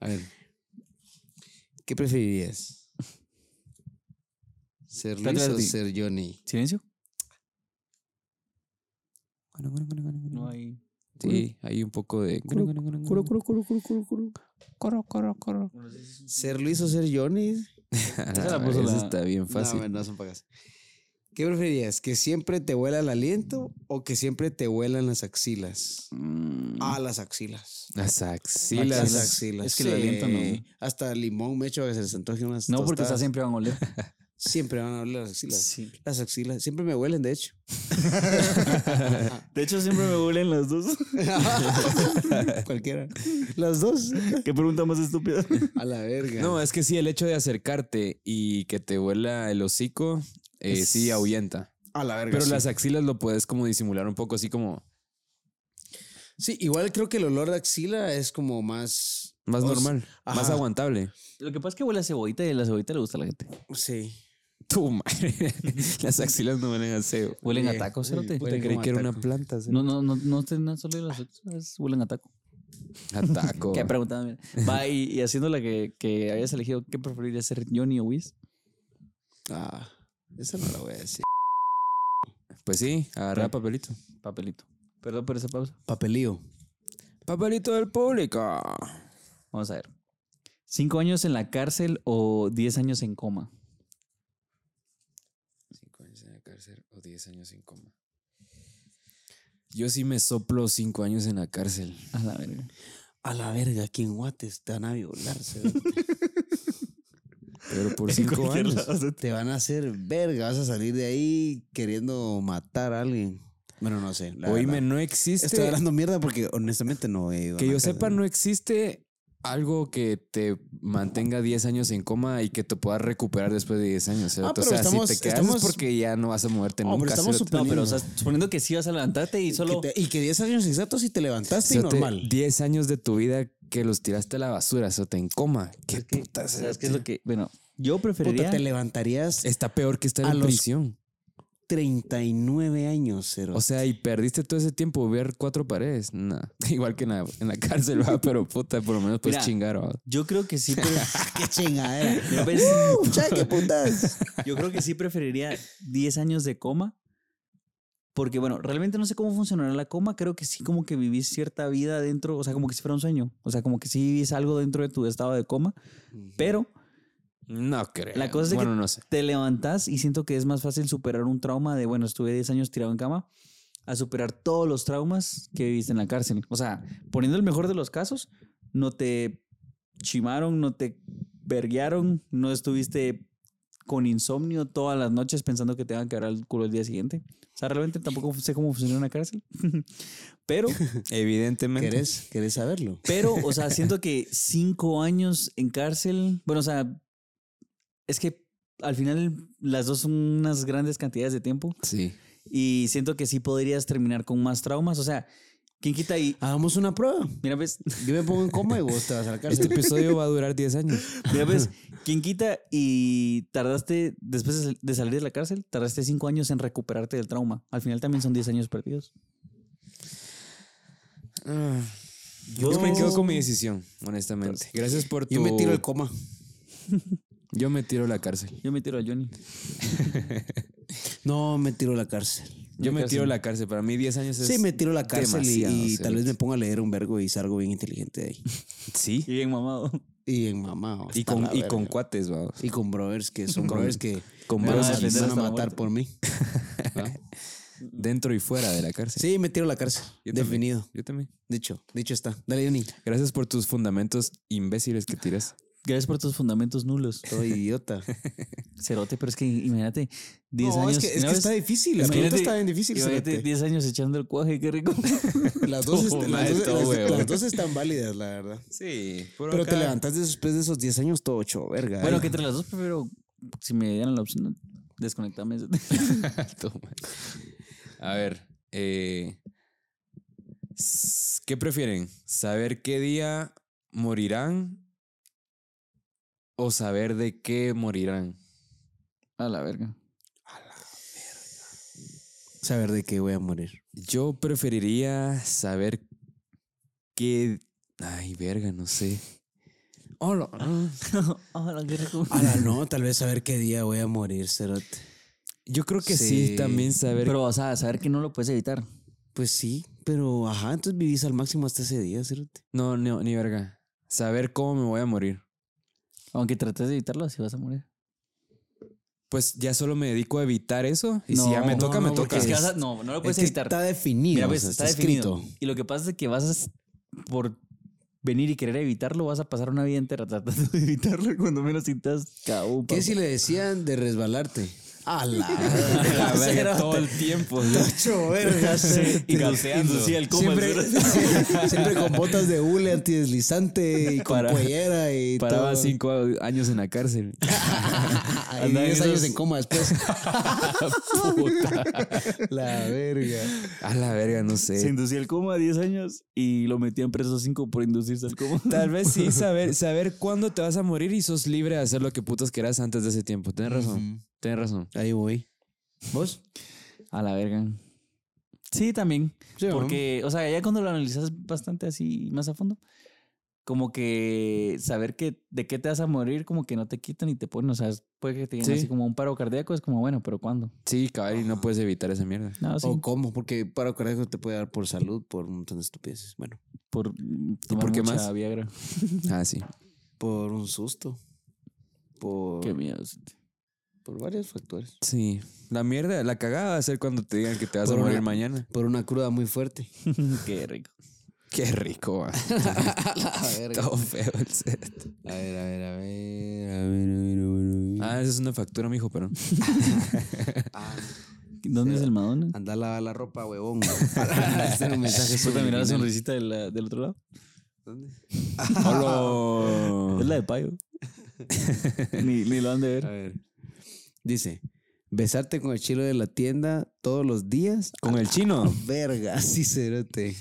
Speaker 2: A ver,
Speaker 3: ¿Qué preferirías? ¿Ser Luis o
Speaker 1: Espérate,
Speaker 3: ser Johnny?
Speaker 1: ¿Silencio?
Speaker 2: bueno, bueno, bueno, bueno, bueno.
Speaker 1: No hay.
Speaker 2: Sí, hay un poco de.
Speaker 3: Curo, curo, curo, curo, curo, curo.
Speaker 2: Coro, coro, coro.
Speaker 3: ¿Ser Luis o ser Johnny?
Speaker 1: la puso
Speaker 2: Ah, Eso
Speaker 1: la-
Speaker 2: está bien fácil.
Speaker 3: No, no son pagas. ¿Qué preferirías? ¿Que siempre te huela el aliento o que siempre te huelan las axilas?
Speaker 2: Mm,
Speaker 3: Ah, las axilas.
Speaker 1: Las-
Speaker 2: Las
Speaker 3: Las
Speaker 2: axilas.
Speaker 3: axilas.
Speaker 1: es que el aliento no.
Speaker 3: Hasta limón me echo a que se les antoje unas
Speaker 1: No, porque
Speaker 3: tostadas.
Speaker 1: está siempre van a oler.
Speaker 3: Siempre van a oler las axilas.
Speaker 1: Sí.
Speaker 3: Las axilas. Siempre me huelen, de hecho.
Speaker 1: De hecho, siempre me huelen las dos.
Speaker 3: Cualquiera. Las dos.
Speaker 1: Qué pregunta más estúpida.
Speaker 3: A la verga.
Speaker 2: No, es que sí, el hecho de acercarte y que te vuela el hocico, eh,
Speaker 3: Es-
Speaker 2: sí ahuyenta.
Speaker 3: a la verga.
Speaker 2: Pero
Speaker 3: sí.
Speaker 2: las axilas lo puedes como disimular un poco, así como
Speaker 3: Sí, igual creo que el olor de axila es como más.
Speaker 2: más
Speaker 3: o sea,
Speaker 2: normal, más
Speaker 3: ajá.
Speaker 2: aguantable.
Speaker 1: Lo que pasa es que huele a cebollita y la cebollita le gusta a la gente.
Speaker 3: Sí.
Speaker 2: Tu madre. las axilas no huelen a cebo.
Speaker 1: Huelen a
Speaker 3: Sí,
Speaker 1: taco,
Speaker 3: sí,
Speaker 1: cerote.
Speaker 3: puta, Huelen
Speaker 2: Creí
Speaker 3: como
Speaker 2: que
Speaker 3: a
Speaker 2: era una
Speaker 3: taco.
Speaker 2: planta.
Speaker 1: No, no, no, no te no solo las otras, huelen a taco.
Speaker 2: Ataco.
Speaker 1: Qué pregunta. mira. Va, y, y haciendo la que, que habías elegido, ¿qué preferirías ser Johnny o Wiz?
Speaker 3: Ah, esa no la voy a decir.
Speaker 2: Pues sí, agarra papelito.
Speaker 1: Papelito. Perdón por esa pausa.
Speaker 3: Papelío.
Speaker 2: Papelito del público.
Speaker 1: Vamos a ver. ¿Cinco años en la cárcel o diez años en coma?
Speaker 2: Cinco años en la cárcel o diez años sin coma. Yo sí me soplo cinco años en la cárcel.
Speaker 1: A la verga.
Speaker 3: A la verga, aquí en Guates te van a violar. se ve.
Speaker 2: Pero por cinco
Speaker 1: cualquier
Speaker 2: años.
Speaker 1: lado se
Speaker 3: te van a hacer verga. Vas a salir de ahí queriendo matar a alguien. Bueno, no sé. la
Speaker 2: Oíme,
Speaker 3: verdad.
Speaker 2: no existe.
Speaker 3: Estoy hablando mierda porque honestamente no he ido. a
Speaker 2: Que
Speaker 3: la
Speaker 2: yo
Speaker 3: cárcel.
Speaker 2: sepa, no existe algo que te mantenga 10 años en coma y que te puedas recuperar después de 10 años. ¿cierto?
Speaker 3: Ah, pero
Speaker 2: o sea,
Speaker 3: estamos-
Speaker 2: si te quedas
Speaker 3: estamos-
Speaker 2: es porque ya no vas a moverte
Speaker 3: Oh, pero
Speaker 2: nunca.
Speaker 3: estamos
Speaker 2: ¿cierto?
Speaker 1: No, pero
Speaker 3: Suponiendo.
Speaker 1: o sea, suponiendo que sí vas a levantarte y solo.
Speaker 3: Que te- y que 10 años exactos y te levantaste y
Speaker 2: Cerote,
Speaker 3: normal.
Speaker 2: 10 años de tu vida que los tiraste a la basura, eso te en coma. Qué
Speaker 1: Es que,
Speaker 2: puta,
Speaker 1: ¿Sabes qué es
Speaker 2: cerote.
Speaker 1: lo que.? Bueno, yo preferiría.
Speaker 3: Puta, te levantarías
Speaker 2: Está peor que estar
Speaker 3: A
Speaker 2: en
Speaker 3: los-
Speaker 2: prisión.
Speaker 3: 39 años, cero.
Speaker 2: O sea, y perdiste todo ese tiempo ver cuatro paredes. Nah. Igual que en la, en la cárcel, va, pero puta, por lo menos puedes
Speaker 1: Mira.
Speaker 2: chingar. va.
Speaker 1: Yo creo que sí. pre-
Speaker 3: qué chingadera.
Speaker 1: Mira, pues,
Speaker 3: Uh, cha, qué putas.
Speaker 1: yo creo que sí preferiría 10 años de coma. Porque, bueno, realmente no sé cómo funcionará la coma. Creo que sí, como que vivís cierta vida dentro. O sea, como que si fuera un sueño. O sea, como que sí vivís algo dentro de tu estado de coma. Pero
Speaker 2: No creo.
Speaker 1: La cosa es de que-
Speaker 2: bueno, no sé.
Speaker 1: te levantás y siento que es más fácil superar un trauma de, bueno, estuve 10 años tirado en cama, a superar todos los traumas que viviste en la cárcel. O sea, poniendo el mejor de los casos, no te chimaron, no te verguearon, no estuviste con insomnio todas las noches pensando que te van a quebrar el culo el día siguiente. O sea, realmente tampoco sé cómo funciona una cárcel. pero,
Speaker 2: Evidentemente.
Speaker 3: ¿Querés, ¿Querés saberlo?
Speaker 1: pero, o sea, siento que cinco años en cárcel, bueno, o sea, es que al final las dos son unas grandes cantidades de tiempo.
Speaker 2: Sí.
Speaker 1: Y siento que sí podrías terminar con más traumas. O sea, ¿quién quita ahí?
Speaker 3: Hagamos una prueba.
Speaker 1: Mira, ves,
Speaker 3: Yo me pongo en coma y vos te vas a la
Speaker 2: Este
Speaker 3: cárcel.
Speaker 2: episodio va a durar 10 años.
Speaker 1: mira, ves, ¿quién quita y tardaste, después de sal- de salir de la cárcel, tardaste cinco años en recuperarte del trauma? Al final también son 10 años perdidos.
Speaker 3: Ah.
Speaker 2: Yo, me quedo con mi decisión, honestamente. Gracias por tu.
Speaker 3: Yo me tiro el coma.
Speaker 2: Yo me tiro a la cárcel.
Speaker 1: Yo me tiro al Johnny.
Speaker 3: No, me tiro a la cárcel.
Speaker 2: Yo me
Speaker 1: cárcel.
Speaker 2: tiro a la cárcel. Para mí 10 años es
Speaker 3: Sí, me tiro a la cárcel y-
Speaker 2: demasiado,
Speaker 3: y,
Speaker 2: sí.
Speaker 3: tal vez me pongo a leer un vergo y salgo bien inteligente de ahí.
Speaker 1: Y
Speaker 2: Sí.
Speaker 1: bien mamado.
Speaker 3: Y en mamá.
Speaker 2: Y con, y con cuates, vamos.
Speaker 3: y con brothers que son brothers que
Speaker 2: con
Speaker 3: me van
Speaker 1: brothers
Speaker 3: a,
Speaker 1: que
Speaker 3: me van a
Speaker 1: están
Speaker 3: matar
Speaker 1: muertos.
Speaker 3: por mí.
Speaker 2: Dentro y fuera de la cárcel.
Speaker 3: Sí, me tiro a la cárcel.
Speaker 2: Yo también.
Speaker 3: Definido.
Speaker 2: Yo también.
Speaker 3: Dicho, dicho está. Dale, Johnny.
Speaker 2: Gracias por tus fundamentos imbéciles que tiras.
Speaker 1: Gracias por tus fundamentos nulos.
Speaker 3: Todo idiota.
Speaker 1: Cerote, pero es que imagínate, 10
Speaker 3: No,
Speaker 1: años.
Speaker 3: es que, es
Speaker 1: mira,
Speaker 3: que
Speaker 1: ves,
Speaker 3: está difícil. La
Speaker 1: Imagínate-
Speaker 3: pregunta está bien difícil.
Speaker 1: Imagínate
Speaker 3: cerote.
Speaker 1: 10 años echando el cuaje, qué rico.
Speaker 3: Las dos,
Speaker 2: Todo
Speaker 3: est-
Speaker 2: mal,
Speaker 3: las, dos,
Speaker 2: todo
Speaker 3: las-
Speaker 2: huevo.
Speaker 3: las dos están válidas, la verdad.
Speaker 2: Sí.
Speaker 3: Pero te levantas después de esos 10 años todo ocho, verga. eh.
Speaker 1: bueno,
Speaker 3: Ay,
Speaker 1: que entre las dos prefiero, si me dieran la opción, desconectarme.
Speaker 2: Toma. A ver. eh, s- ¿Qué prefieren? ¿Saber qué día morirán? ¿O saber de qué morirán?
Speaker 1: A la verga.
Speaker 3: Saber de qué voy a morir.
Speaker 2: Yo preferiría saber qué. Ay, verga, no sé. Hola.
Speaker 1: Ojalá, qué rico.
Speaker 3: Ahora no, tal vez saber qué día voy a morir, Cerote.
Speaker 2: Yo creo que sí,
Speaker 3: Sí,
Speaker 2: también saber.
Speaker 1: Pero, o sea, saber que no lo puedes evitar.
Speaker 3: Pues sí, Pero, ajá, entonces vivís al máximo hasta ese día, ¿cierto?
Speaker 2: No, no, ni verga. Saber cómo me voy a morir.
Speaker 1: Aunque trates de evitarlo, así vas a morir.
Speaker 2: Pues ya solo me dedico a evitar eso. Y si ya me
Speaker 1: No,
Speaker 2: toca,
Speaker 1: no,
Speaker 2: me
Speaker 1: porque es
Speaker 2: toca.
Speaker 1: que vas a- no, no lo puedes
Speaker 3: que
Speaker 1: evitar.
Speaker 3: está definido.
Speaker 1: Mira,
Speaker 3: o
Speaker 1: ves,
Speaker 3: sea,
Speaker 1: está,
Speaker 3: está,
Speaker 1: definido.
Speaker 3: escrito.
Speaker 1: Y lo que pasa es que vas a, s- por venir y querer evitarlo, vas a pasar una vida entera tratando de evitarlo y cuando menos sientas caú.
Speaker 3: ¿Qué
Speaker 1: papá.
Speaker 3: si le decían de resbalarte? A la,
Speaker 2: La Ah, verga, todo el tiempo.
Speaker 3: Tacho, verga.
Speaker 1: Sí, y
Speaker 2: gateando.
Speaker 1: inducía el coma.
Speaker 3: Siempre, siempre con botas de hule antideslizante y con
Speaker 2: Para-
Speaker 3: cuellera y
Speaker 2: Paraba
Speaker 3: todo.
Speaker 2: cinco años en la cárcel.
Speaker 3: Ay,
Speaker 1: Andaba en
Speaker 3: 10 años
Speaker 1: esos-
Speaker 3: en coma después. La verga.
Speaker 2: A la verga, no sé.
Speaker 1: Se inducía el coma a 10 años y lo metían preso 5 por inducirse al coma.
Speaker 2: Tal vez sí, saber, saber cuándo te vas a morir y sos libre de hacer lo que putas quieras antes de ese tiempo. Tienes razón, tienes razón.
Speaker 3: Ahí voy. ¿Vos?
Speaker 1: A la verga. Sí, también.
Speaker 3: Sí, ¿no?
Speaker 1: Porque, o sea, ya cuando lo analizas bastante así más a fondo, como que saber que de qué te vas a morir, como que no te quitan y te ponen, o sea, es- puede que te digan
Speaker 2: Sí.
Speaker 1: así como un paro cardíaco, es como, bueno, pero ¿cuándo?
Speaker 2: Sí, cabrón, y no puedes evitar esa mierda.
Speaker 1: No, ¿Ah, sí,
Speaker 3: ¿O cómo? Porque paro cardíaco te puede dar por salud, por un montón de estupideces. Bueno,
Speaker 1: por mm, tomar
Speaker 2: por qué
Speaker 1: mucha
Speaker 2: más?
Speaker 1: Viagra.
Speaker 2: Ah, sí.
Speaker 3: por un susto. Por,
Speaker 1: Qué miedo.
Speaker 3: por varios factores.
Speaker 2: Sí. La mierda, la cagada va a ser cuando te digan que te vas
Speaker 3: Por
Speaker 2: a morir
Speaker 3: una-
Speaker 2: mañana.
Speaker 3: Por una cruda muy fuerte.
Speaker 1: qué rico.
Speaker 2: Qué rico, va.
Speaker 3: A ver, a ver,
Speaker 2: Todo feo el set.
Speaker 3: a ver, a ver, a ver, a ver.
Speaker 2: Ah, esa es una factura, mijo, pero.
Speaker 3: Ah,
Speaker 1: ¿Dónde es el Madonna?
Speaker 3: Anda a lavar la ropa, huevón. Este es un mensaje
Speaker 1: Puta, mira la
Speaker 3: subliminal.
Speaker 1: sonrisita de la- del otro lado.
Speaker 3: ¿Dónde?
Speaker 1: Es
Speaker 2: Hola.
Speaker 1: la de Payo. ni, ni lo han de
Speaker 3: A
Speaker 1: ver.
Speaker 3: ver. Dice, besarte con el chilo de la tienda todos los días.
Speaker 2: Con el chino.
Speaker 3: Verga, sí, cerote.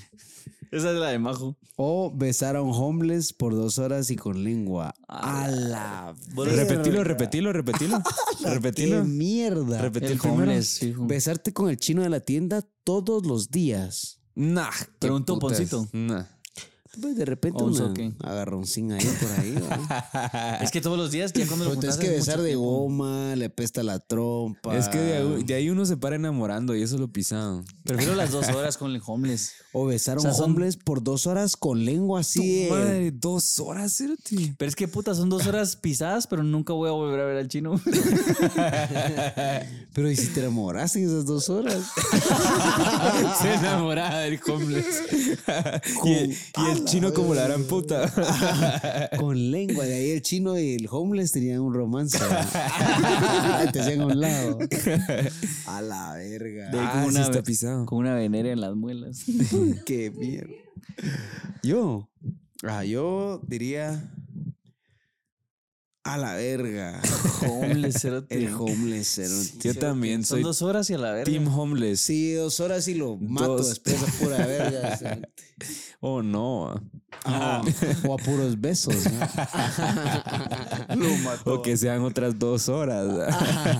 Speaker 1: Esa es la de Majo.
Speaker 3: O besar a un homeless por dos horas y con lengua. A la verga.
Speaker 2: Repetilo, repetilo, repetilo.
Speaker 3: ¡Qué
Speaker 2: Repetilo.
Speaker 3: mierda!
Speaker 2: Repetí el
Speaker 1: El
Speaker 2: primero.
Speaker 1: homeless, fijo.
Speaker 3: Besarte con el chino de la tienda todos los días.
Speaker 2: Nah.
Speaker 1: Pero
Speaker 2: qué
Speaker 1: un toponcito.
Speaker 2: putas. Nah.
Speaker 3: Pues de repente
Speaker 1: O un
Speaker 3: un
Speaker 1: soque.
Speaker 3: agarroncín ahí por ahí. ¿va?
Speaker 1: Ah, Es que todos los días, ya cuando lo
Speaker 3: Pero tenés
Speaker 1: juntas
Speaker 3: que
Speaker 1: es mucho
Speaker 3: besar de
Speaker 1: tiempo.
Speaker 3: goma, le pesta la trompa.
Speaker 2: Es que de ahí, de ahí uno se para enamorando y eso es lo pisado.
Speaker 1: Prefiero las dos horas con el homeless.
Speaker 3: O besar a
Speaker 1: O
Speaker 3: un
Speaker 1: sea, son-
Speaker 3: homeless por dos horas con lengua así. eh.
Speaker 2: Tu
Speaker 3: de-
Speaker 2: madre, dos horas, cerote.
Speaker 1: Pero es que puta, son dos horas pisadas, pero nunca voy a volver a ver al chino.
Speaker 3: Pero ¿y si te enamoraste en esas dos horas?
Speaker 2: Se enamoraba del homeless. y, el, y el chino como la Ah, gran puta.
Speaker 3: Con lengua. De ahí el chino y el homeless tenían un romance. ¿verdad? te hacían a un lado. A la
Speaker 1: De
Speaker 3: verga.
Speaker 1: ahí
Speaker 2: Ah,
Speaker 1: como
Speaker 2: sí
Speaker 1: una-
Speaker 2: está pisado.
Speaker 1: Con una venera en las muelas.
Speaker 3: Qué mierda. Yo. Ah, yo diría. A la verga.
Speaker 1: homeless, cerote.
Speaker 3: El homeless. era un-
Speaker 2: Yo también
Speaker 1: Son
Speaker 2: soy
Speaker 1: dos horas y a la verga.
Speaker 2: team homeless.
Speaker 3: Sí, dos horas y lo mato
Speaker 2: Dos.
Speaker 3: después a pura verga. o sea, Ah,
Speaker 2: Oh, no.
Speaker 1: Ah.
Speaker 3: o- o a puros besos. ¿no?
Speaker 2: O que sean otras dos horas.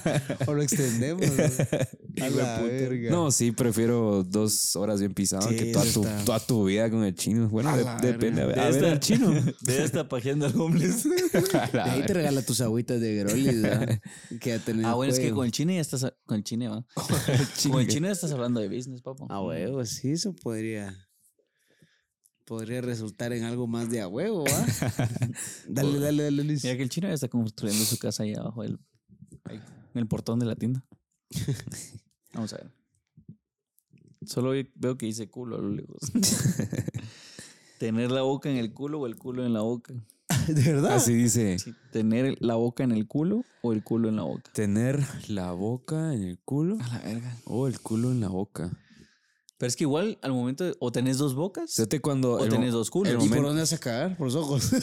Speaker 3: O lo extendemos. ¿no? A la verga.
Speaker 2: No, sí, prefiero dos horas bien pisado
Speaker 3: Sí,
Speaker 2: que toda
Speaker 3: eso
Speaker 2: tu,
Speaker 3: está.
Speaker 2: toda tu vida con el chino. Bueno,
Speaker 3: A
Speaker 2: de-
Speaker 3: la
Speaker 2: depende. A ver,
Speaker 1: De
Speaker 2: a ver
Speaker 1: esta-
Speaker 2: al chino.
Speaker 1: De esta pajeando al homeless.
Speaker 2: A la
Speaker 3: De ahí
Speaker 2: verga.
Speaker 3: te regala tus agüitas de Grolis, ¿verdad? que ya tenés.
Speaker 1: Ah, bueno, es que
Speaker 3: juego.
Speaker 1: con el chino ya estás. Con el chino, ¿va? Con el chino ya estás hablando de business, papo.
Speaker 2: Ah,
Speaker 3: A huevo, sí, eso podría. Podría resultar en algo más de a huevo, ¿ah? dale, dale, dale, Luis.
Speaker 1: Mira que el chino ya está construyendo su casa ahí abajo del, ahí, en el portón de la tienda. Vamos a ver. Solo ve- veo que dice culo a lo lejos. Tener la boca en el culo o el culo en la boca.
Speaker 3: ¿De verdad?
Speaker 2: Así dice.
Speaker 1: Sí, Tener la boca en el culo o el culo en la boca.
Speaker 2: Tener la boca en el culo
Speaker 1: A la verga.
Speaker 2: o el culo en la boca.
Speaker 1: Pero es que igual al momento de- o tenés dos bocas
Speaker 2: Fíjate cuando.
Speaker 1: o
Speaker 2: el mo-
Speaker 1: tenés dos
Speaker 3: ¿Y
Speaker 1: culos.
Speaker 3: por dónde vas a cagar? Por los ojos.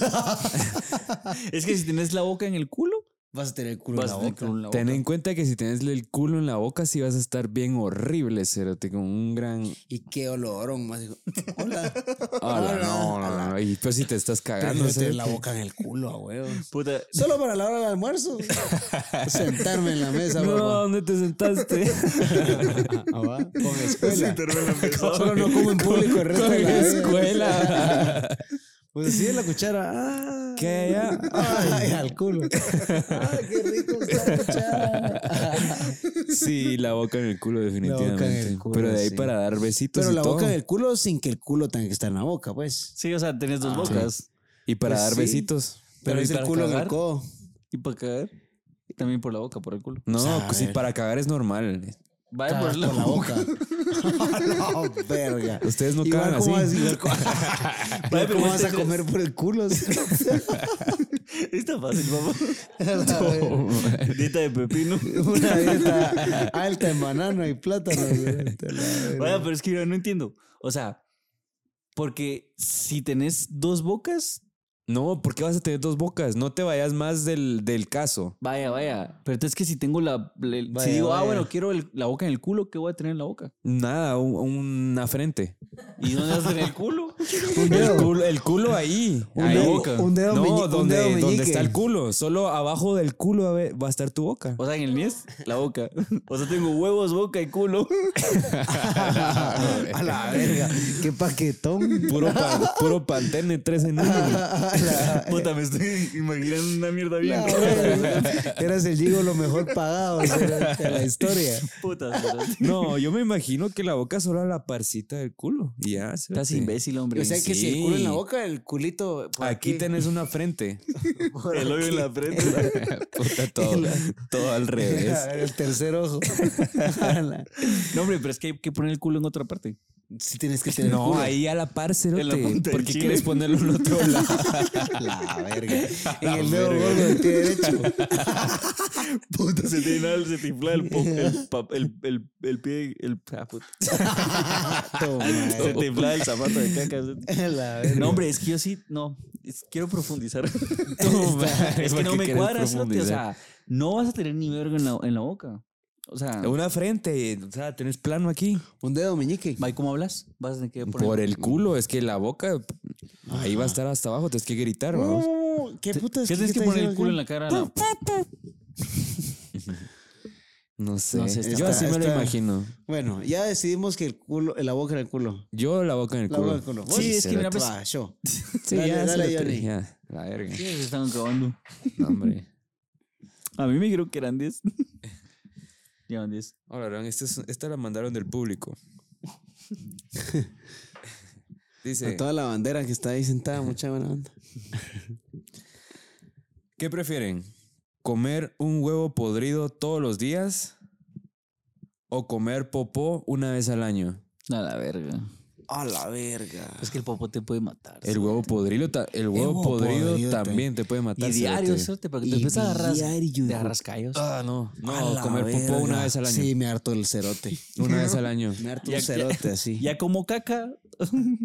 Speaker 1: Es que si tenés la boca en el culo,
Speaker 3: vas a tener el culo en
Speaker 1: vas
Speaker 3: la
Speaker 1: a tener
Speaker 3: boca.
Speaker 1: culo en la boca.
Speaker 2: Ten en cuenta que si tienes el culo en la boca, sí vas a estar bien horrible, cerote, con un gran.
Speaker 3: Y qué olorón más. digo, Hola.
Speaker 2: Ala, no, no, no, no. Y pues si te estás cagando,
Speaker 3: Prefiero tener
Speaker 2: cerote.
Speaker 3: la boca en el culo, a huevo.
Speaker 1: Puta,
Speaker 3: Solo para la hora del almuerzo. Sentarme en la mesa,
Speaker 2: No,
Speaker 3: papá.
Speaker 2: ¿dónde te sentaste?
Speaker 3: Ah, va, Con escuela. Solo no como en público el resto
Speaker 2: Con
Speaker 3: de la vida.
Speaker 2: escuela.
Speaker 3: Pues sí, la cuchara. Ah,
Speaker 2: ¿Qué ya?
Speaker 3: Ay, al culo. Ay, qué rico está la cuchara.
Speaker 2: Sí, la boca en el culo, definitivamente.
Speaker 3: culo,
Speaker 2: Pero de ahí
Speaker 3: sí.
Speaker 2: para dar besitos
Speaker 3: Pero
Speaker 2: y
Speaker 3: la
Speaker 2: todo.
Speaker 3: boca del culo sin que el culo tenga que estar en la boca, pues.
Speaker 1: Sí, o sea, tenés dos
Speaker 3: Ah,
Speaker 1: bocas.
Speaker 2: Y para
Speaker 3: Pues
Speaker 2: dar
Speaker 3: sí.
Speaker 2: besitos.
Speaker 1: Pero
Speaker 3: Pero,
Speaker 1: ¿y
Speaker 3: es el
Speaker 1: para
Speaker 3: culo en
Speaker 1: cagar?
Speaker 3: el codo.
Speaker 1: ¿Y para cagar? También por la boca, por el culo.
Speaker 2: No,
Speaker 3: sea,
Speaker 2: pues sí,
Speaker 3: el-
Speaker 2: para cagar es normal.
Speaker 1: Vaya
Speaker 3: Cagar
Speaker 1: por la,
Speaker 3: por la
Speaker 1: boca.
Speaker 3: boca. no, verga.
Speaker 2: Ustedes no
Speaker 3: Igual
Speaker 2: cagan
Speaker 3: cómo
Speaker 2: así.
Speaker 3: vas- igual cómo-
Speaker 1: Vaya,
Speaker 3: igual
Speaker 1: pero
Speaker 3: cómo vas a
Speaker 1: este-
Speaker 3: comer por el culo.
Speaker 1: Está fácil, papá. Dieta de pepino.
Speaker 3: Una dieta alta en banano y plátano. güey. Te la verga.
Speaker 1: Vaya, pero es que yo no entiendo. O sea, porque si tenés dos bocas,
Speaker 2: No, ¿por qué vas a tener dos bocas? No te vayas más del, del caso.
Speaker 1: vaya, vaya. Pero es que si tengo la. la- el-
Speaker 3: Vaya,
Speaker 1: si digo, ah,
Speaker 3: vaya.
Speaker 1: bueno, quiero el- la boca en el culo, ¿qué voy a tener en la boca?
Speaker 2: Nada, un- una frente.
Speaker 1: ¿Y dónde vas a tener el culo?
Speaker 2: El culo, el culo ahí.
Speaker 3: Un
Speaker 2: ahí.
Speaker 3: dedo- un dedo
Speaker 2: No,
Speaker 3: meñi- un
Speaker 2: donde,
Speaker 3: dedo
Speaker 2: donde
Speaker 3: meñique.
Speaker 2: está el culo. Solo abajo del culo a ver, va a estar tu boca.
Speaker 1: O sea, en el mies, la boca. O sea, tengo huevos, boca y culo.
Speaker 3: a la verga. Qué paquetón.
Speaker 2: Puro, pan, puro pantene, tres en uno.
Speaker 3: A la-
Speaker 1: Puta, me estoy imaginando una mierda bien.
Speaker 3: Ah, eh. la verga. Eras el Gigo lo mejor pagado o sea, de la historia.
Speaker 1: Puta, cerote.
Speaker 2: No, yo me imagino que la boca solo a la parcita del culo. Y ya.
Speaker 1: Estás
Speaker 2: cerote.
Speaker 1: imbécil, hombre.
Speaker 3: O sea que si el
Speaker 2: sí.
Speaker 3: culo en la boca, el culito. por
Speaker 2: Aquí tenés una frente.
Speaker 3: por
Speaker 1: el hoyo en la frente.
Speaker 2: Puta, todo, todo al revés.
Speaker 3: El tercer ojo.
Speaker 1: No, hombre, pero es que hay que poner el culo en otra parte.
Speaker 3: Si tienes que tener
Speaker 2: No,
Speaker 3: culo.
Speaker 2: ahí a la par, cerote.
Speaker 1: En la punta del
Speaker 2: ¿Por qué
Speaker 1: chile.
Speaker 2: quieres ponerlo en otro lado?
Speaker 3: La verga. En el dedo gordo del pie derecho.
Speaker 1: Puta, se te infla, se te infla el, po- el, pa- el, el, el pie. El, ah, puta.
Speaker 3: Toma,
Speaker 1: Se te infla el zapato de caca. cerote.
Speaker 3: la verga.
Speaker 1: No, hombre, es que yo sí, no. es- quiero profundizar.
Speaker 2: No,
Speaker 1: es que
Speaker 2: ¿por
Speaker 1: no
Speaker 2: qué
Speaker 1: me
Speaker 2: querés
Speaker 1: cuadra, cerote, O
Speaker 2: profundizar?
Speaker 1: sea, no vas a tener ni verga en la, en la boca. O sea,
Speaker 2: Una frente, o sea, tenés plano aquí.
Speaker 3: Un dedo meñique.
Speaker 1: ¿va y cómo hablas? Vas a tener que poner.
Speaker 2: Por el culo, es que la boca ahí va a estar hasta abajo, tienes que gritar, vamos.
Speaker 3: No, ¿Qué putas?
Speaker 1: ¿Qué tienes que poner el culo en la cara? a la-
Speaker 2: No sé.
Speaker 1: No sé, está-
Speaker 2: Yo así me lo
Speaker 3: está-
Speaker 2: imagino.
Speaker 3: Bueno, ya decidimos que el culo, la boca era el culo.
Speaker 2: Yo la boca en el
Speaker 3: La
Speaker 2: culo.
Speaker 3: boca en el culo.
Speaker 1: Sí, es que
Speaker 2: cerote.
Speaker 1: mira, pues-
Speaker 3: Va, yo.
Speaker 2: Sí,
Speaker 3: Dale,
Speaker 2: ya,
Speaker 3: dale,
Speaker 2: cerote,
Speaker 3: Johnny.
Speaker 2: ya, La verga.
Speaker 1: Sí, se están acabando.
Speaker 2: No, hombre.
Speaker 1: A mí me dijeron que eran 10. Llevan 10.
Speaker 2: Ahora, verán, esta, es- esta la mandaron del público. Dice,
Speaker 3: A toda la bandera que está ahí sentada, mucha buena onda.
Speaker 2: ¿qué prefieren? ¿Comer un huevo podrido todos los días o comer popó una vez al año?
Speaker 1: A la verga.
Speaker 3: A la verga.
Speaker 1: Es que el popo te puede matar.
Speaker 2: El huevo podrido, ta- el huevo
Speaker 3: huevo
Speaker 2: podrido,
Speaker 3: podrido te-
Speaker 2: también te puede
Speaker 1: y
Speaker 2: matar.
Speaker 1: diario,
Speaker 2: cerote.
Speaker 1: suerte, porque
Speaker 3: Y
Speaker 1: te empiezas a agarrar.
Speaker 3: diario,
Speaker 1: Te
Speaker 3: hijo.
Speaker 1: agarras callos.
Speaker 2: Ah, no.
Speaker 3: A
Speaker 2: No,
Speaker 3: la
Speaker 2: comer popó una
Speaker 3: verga.
Speaker 2: vez al año.
Speaker 3: Sí, me harto el cerote.
Speaker 2: Una vez al año.
Speaker 3: Me harto
Speaker 1: Ya-
Speaker 3: el
Speaker 1: ya-
Speaker 3: cerote así.
Speaker 1: Ya como caca.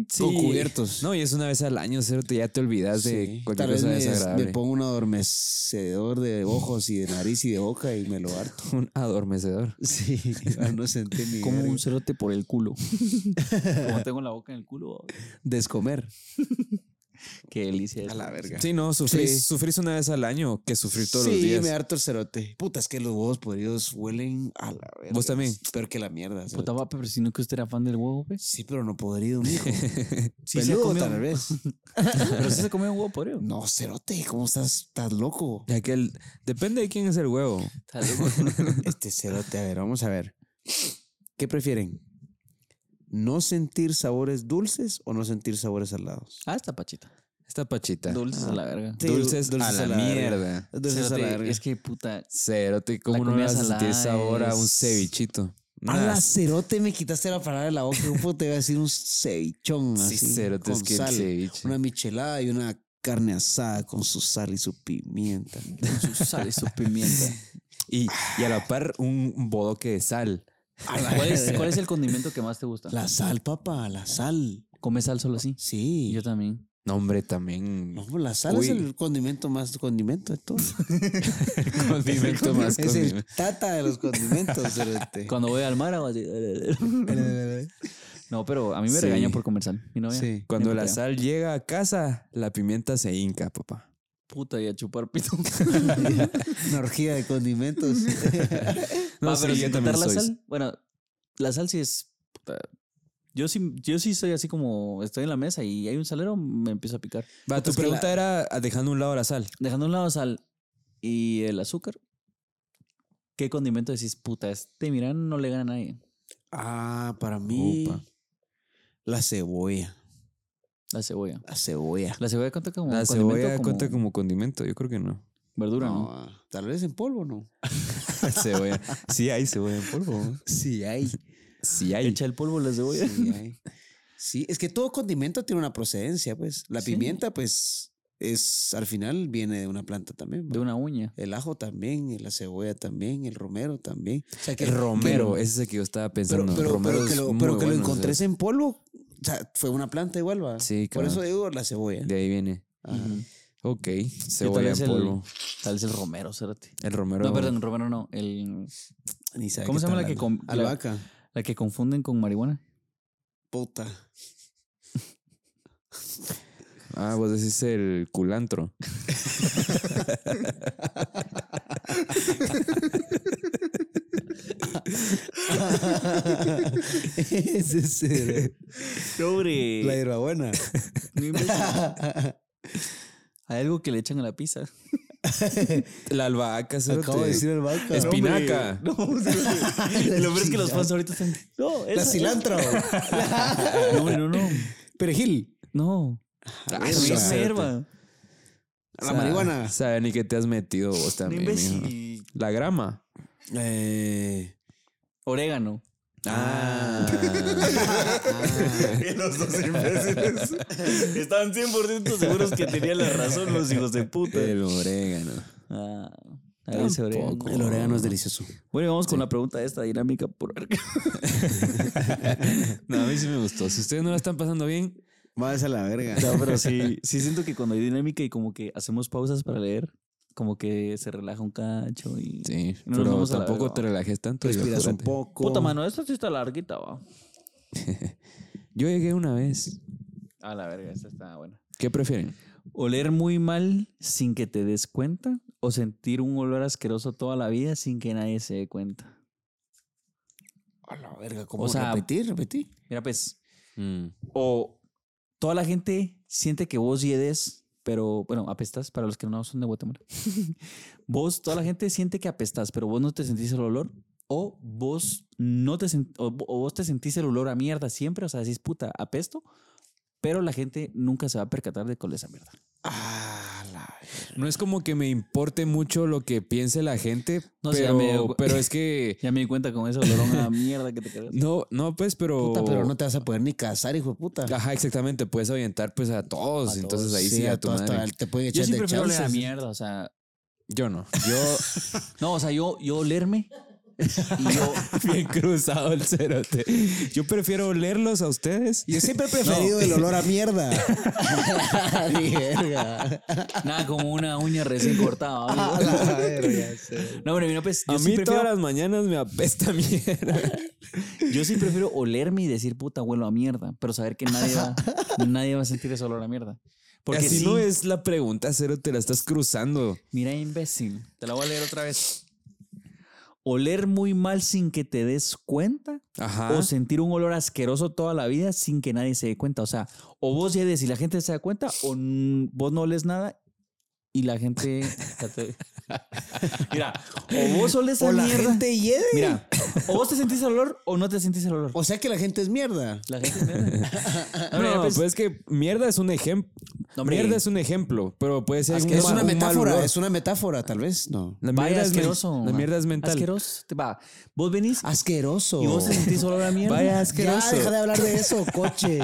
Speaker 2: Sí.
Speaker 3: Con cubiertos.
Speaker 2: No, y es una vez al año, cerote, ya te olvidas de
Speaker 3: Sí.
Speaker 2: cualquier
Speaker 3: Tal vez
Speaker 2: cosa
Speaker 3: me,
Speaker 2: desagradable.
Speaker 3: me pongo un adormecedor de ojos y de nariz y de boca y me lo harto.
Speaker 2: Un adormecedor.
Speaker 3: Sí, para no sentir ni
Speaker 1: Como
Speaker 3: verga.
Speaker 1: un cerote por el culo. como tengo la boca en el culo.
Speaker 3: descomer.
Speaker 1: Qué delicia. es.
Speaker 3: verga.
Speaker 2: Sí, no, sufrís,
Speaker 3: Sí.
Speaker 2: sufrís una vez al año que sufrir todos
Speaker 3: sí,
Speaker 2: los días.
Speaker 3: me harto el cerote. Puta, es que los huevos podridos huelen a la verga.
Speaker 2: ¿Vos también?
Speaker 3: Es Peor que la mierda. cerote.
Speaker 1: Puta va, pero si no que usted era fan del huevo, pues.
Speaker 3: Sí, pero no podrido, mijo.
Speaker 1: Sí, se ha
Speaker 3: Peludo,
Speaker 1: comido.
Speaker 3: tal vez.
Speaker 1: Pero sí se comió un huevo podrido.
Speaker 3: No, cerote, ¿cómo estás? ¿Estás loco?
Speaker 2: Ya que el- depende de quién es el huevo.
Speaker 1: Tal vez.
Speaker 3: Este cerote, a ver, vamos a ver. ¿Qué prefieren? ¿No sentir sabores dulces o no sentir sabores salados?
Speaker 1: Ah, esta pachita.
Speaker 2: Esta pachita. Ah,
Speaker 1: Dulces a la verga.
Speaker 3: Sí,
Speaker 2: dulces,
Speaker 3: dulces
Speaker 2: a, la
Speaker 3: a la
Speaker 2: mierda.
Speaker 3: Dulces a la
Speaker 1: Cerote,
Speaker 3: verga.
Speaker 1: Es que puta.
Speaker 2: Cerote,
Speaker 1: La
Speaker 2: ¿cómo no le
Speaker 1: comida
Speaker 2: vas a sentir
Speaker 1: salada
Speaker 2: sabor a un
Speaker 1: es-
Speaker 2: cevichito?
Speaker 3: A
Speaker 2: Nah,
Speaker 3: la cerote me quitaste la palabra de la boca. Un te iba a decir un cevichón
Speaker 2: Sí,
Speaker 3: así.
Speaker 2: cerote, es
Speaker 3: con
Speaker 2: que el
Speaker 3: sal,
Speaker 2: ceviche.
Speaker 3: Una michelada y una carne asada con su sal y su pimienta.
Speaker 1: Su sal y su pimienta.
Speaker 2: y, y a la par, un bodoque de sal.
Speaker 1: ¿Cuál es, cuál es el condimento que más te gusta?
Speaker 3: La sal, papá, la sal.
Speaker 1: ¿Comes sal solo así?
Speaker 3: Sí.
Speaker 1: Yo también.
Speaker 2: No, hombre, también.
Speaker 3: No, pues, la sal
Speaker 2: Uy.
Speaker 3: es el condimento más condimento de todo.
Speaker 2: condimento más
Speaker 3: es el
Speaker 2: condimento.
Speaker 3: tata de los condimentos, cerote.
Speaker 1: Cuando voy al mar hago así. No, pero a mí me
Speaker 2: Sí.
Speaker 1: regañan por comer sal. Mi novia.
Speaker 3: Sí.
Speaker 2: Cuando
Speaker 1: Me
Speaker 2: la
Speaker 1: putea.
Speaker 2: sal llega a casa, la pimienta se hinca, papá.
Speaker 1: Puta, y a chupar pito.
Speaker 3: Una orgía de condimentos.
Speaker 2: No,
Speaker 1: Va,
Speaker 2: sí,
Speaker 1: pero
Speaker 2: yo
Speaker 1: sin
Speaker 2: también
Speaker 1: contar la
Speaker 2: soy-
Speaker 1: sal. Bueno, la sal sí es. puta, Yo sí, yo sí soy así como estoy en la mesa y hay un salero, me empiezo a picar.
Speaker 2: Va, tu
Speaker 3: es que
Speaker 2: pregunta era ah, dejando a un lado la sal.
Speaker 1: Dejando a un lado sal y el azúcar, ¿Qué condimento decís, puta, este mira no le gana a nadie?
Speaker 3: Ah, para mí.
Speaker 2: Upa.
Speaker 3: La cebolla.
Speaker 1: La cebolla.
Speaker 3: La cebolla.
Speaker 1: La cebolla cuenta como
Speaker 2: La
Speaker 1: Ah, condimento,
Speaker 2: cebolla
Speaker 1: como
Speaker 2: cuenta como condimento, yo creo que no.
Speaker 1: verdura, ¿no?
Speaker 3: No, ah, Tal vez en polvo, ¿no?
Speaker 2: cebolla. Sí hay cebolla en polvo. ¿no?
Speaker 3: Sí, hay.
Speaker 2: Sí hay.
Speaker 1: Echa el polvo la cebolla.
Speaker 3: Sí, hay. Sí, es que todo condimento tiene una procedencia, pues. La
Speaker 1: Sí.
Speaker 3: pimienta, pues, es al final viene de una planta también.
Speaker 1: De
Speaker 3: ¿va?
Speaker 1: una uña.
Speaker 3: El ajo también, la cebolla también, el romero también. O sea, que-
Speaker 2: El romero,
Speaker 3: que-
Speaker 2: ese es el que yo estaba
Speaker 3: pero,
Speaker 2: pensando.
Speaker 3: pero-
Speaker 2: romero
Speaker 3: pero que
Speaker 2: es
Speaker 3: lo,
Speaker 2: muy
Speaker 3: pero que lo
Speaker 2: bueno, o sea,
Speaker 3: encontrés en polvo, o sea, fue una planta igual, ¿va?
Speaker 2: Sí,
Speaker 3: Por
Speaker 2: cabal.
Speaker 3: eso digo la cebolla.
Speaker 2: De ahí viene.
Speaker 3: Ajá.
Speaker 1: Ujú.
Speaker 2: Ok,
Speaker 1: Yo tal
Speaker 2: cebolla
Speaker 1: vez
Speaker 2: en
Speaker 1: el-
Speaker 2: polvo.
Speaker 1: Tal vez el romero, cérate.
Speaker 2: El romero.
Speaker 1: No, perdón, romero no. El,
Speaker 3: Ni sabe
Speaker 1: ¿Cómo
Speaker 3: qué
Speaker 1: se llama
Speaker 3: está
Speaker 1: la que
Speaker 3: hablando.
Speaker 1: com- la-
Speaker 3: Albahaca.
Speaker 1: la que confunden con marihuana.
Speaker 3: Puta.
Speaker 2: Ah, vos decís el culantro.
Speaker 3: Ese es el-
Speaker 1: Sobre.
Speaker 3: la hierbabuena.
Speaker 1: Hay algo que le echan a la pizza.
Speaker 2: La albahaca, cerote.
Speaker 3: Acabo de decir albahaca.
Speaker 2: Espinaca.
Speaker 1: No, hombre.
Speaker 3: La
Speaker 1: lo peor es que los
Speaker 3: chingada.
Speaker 1: fans ahorita están. No,
Speaker 3: La
Speaker 1: esa-
Speaker 3: cilantro.
Speaker 1: No, hombre, no, no.
Speaker 3: Perejil.
Speaker 1: No.
Speaker 2: Ah,
Speaker 1: Eso
Speaker 3: sí,
Speaker 1: es
Speaker 3: cérate.
Speaker 1: hierba.
Speaker 3: La marihuana.
Speaker 2: Saben ni qué te has metido vos
Speaker 1: No
Speaker 2: también. mijo.
Speaker 1: imbécil.
Speaker 2: La grama.
Speaker 3: Eh,
Speaker 1: Orégano.
Speaker 2: Ah.
Speaker 1: los dos imbéciles estaban 100% seguros que tenían la razón los hijos de puta.
Speaker 2: el orégano.
Speaker 1: Ah, ahí dice orégano.
Speaker 3: el orégano es delicioso.
Speaker 1: Bueno, y vamos con la pregunta de esta dinámica por
Speaker 2: No, a mí sí me gustó. Si ustedes no la están pasando bien,
Speaker 3: Más a la verga.
Speaker 1: No, pero sí, sí siento que cuando hay dinámica y como que hacemos pausas para leer, como que se relaja un cacho y...
Speaker 2: sí.
Speaker 1: No nos
Speaker 2: pero
Speaker 1: vamos a la
Speaker 2: tampoco
Speaker 1: verga.
Speaker 2: te relajes tanto. digo,
Speaker 3: Respiras un
Speaker 2: apúrate.
Speaker 3: poco.
Speaker 1: Puta mano, esta sí está larguita, va.
Speaker 2: Yo llegué una vez.
Speaker 1: A la verga, esta está buena.
Speaker 2: ¿Qué prefieren?
Speaker 1: Oler muy mal sin que te des cuenta o sentir un olor asqueroso toda la vida sin que nadie se dé cuenta.
Speaker 3: A la verga, ¿cómo
Speaker 1: O sea,
Speaker 3: repetir, repetir?
Speaker 1: Mira, pues,
Speaker 2: Mm.
Speaker 1: o toda la gente siente que vos yedes, pero bueno, apestas para los que no son de Guatemala. vos, toda la gente siente que apestas, pero vos no te sentís el olor. O vos no te sen- o, o vos te sentís el olor a mierda siempre, o sea, decís puta, apesto, pero la gente nunca se va a percatar de cuál es esa mierda.
Speaker 3: Ah, la verga.
Speaker 2: No es como que me importe mucho lo que piense la gente,
Speaker 1: No, sí, ya
Speaker 2: pero,
Speaker 1: me dio cu-
Speaker 2: pero es que.
Speaker 1: Ya me di cuenta con ese olorón a mierda que te quedas.
Speaker 2: No, no, pues, pero.
Speaker 3: Puta, pero no te vas a poder ni casar, hijo de puta.
Speaker 2: Ajá, exactamente. Puedes orientar pues a todos.
Speaker 1: A
Speaker 2: entonces
Speaker 1: todos,
Speaker 2: ahí sí, a tu
Speaker 3: todas
Speaker 2: madre.
Speaker 3: te- Te pueden
Speaker 1: Yo
Speaker 3: echar
Speaker 1: sí
Speaker 3: de
Speaker 1: prefiero oler a
Speaker 3: chances.
Speaker 1: mierda, o sea,
Speaker 2: Yo no. Yo.
Speaker 1: no, o sea, yo, yo olerme y yo,
Speaker 2: bien cruzado el cerote. Yo prefiero olerlos a ustedes.
Speaker 3: Yo siempre he preferido el olor a mierda. Ni verga.
Speaker 1: nada, como una uña recién cortada. ¿va?
Speaker 3: A Ah, la verga, sí.
Speaker 1: No, bueno, mira, pues yo
Speaker 2: a
Speaker 1: sí
Speaker 2: mí
Speaker 1: prefiero-
Speaker 2: todas las mañanas me apesta mierda.
Speaker 1: Yo sí prefiero olerme y decir puta huelo a mierda, pero saber que nadie va, nadie va a sentir ese olor a mierda. Porque
Speaker 2: Así
Speaker 1: si
Speaker 2: no es la pregunta, cero, te la estás cruzando.
Speaker 1: Mira, imbécil. Te la voy a leer otra vez. Oler muy mal sin que te des cuenta.
Speaker 2: Ajá.
Speaker 1: O sentir un olor asqueroso toda la vida sin que nadie se dé cuenta. O sea, o vos lledes y la gente se da cuenta, o n- vos no oles nada y la gente. Mira, o vos oles a
Speaker 3: O la
Speaker 1: mierda.
Speaker 3: gente hiede.
Speaker 1: Mira, o vos te sentís el olor o no te sentís el olor.
Speaker 3: O sea que la gente es mierda.
Speaker 1: La gente.
Speaker 2: No, pues, es que mierda es un ejemplo.
Speaker 1: No, hombre.
Speaker 2: Mierda es un ejemplo, pero puede ser
Speaker 3: Es,
Speaker 2: un
Speaker 3: que es
Speaker 2: ma-
Speaker 3: una
Speaker 2: un mal
Speaker 3: metáfora,
Speaker 2: olor.
Speaker 3: es una metáfora, tal vez, no.
Speaker 2: La
Speaker 1: Vaya
Speaker 2: mierda, es men-
Speaker 1: asqueroso.
Speaker 2: la mierda es mental.
Speaker 1: Asqueroso. Te Va. Vos venís
Speaker 3: Ah, Asqueroso.
Speaker 1: y vos te sentís olor a mierda.
Speaker 2: Vaya
Speaker 3: Ya,
Speaker 2: asqueroso.
Speaker 3: deja de hablar de eso, coche.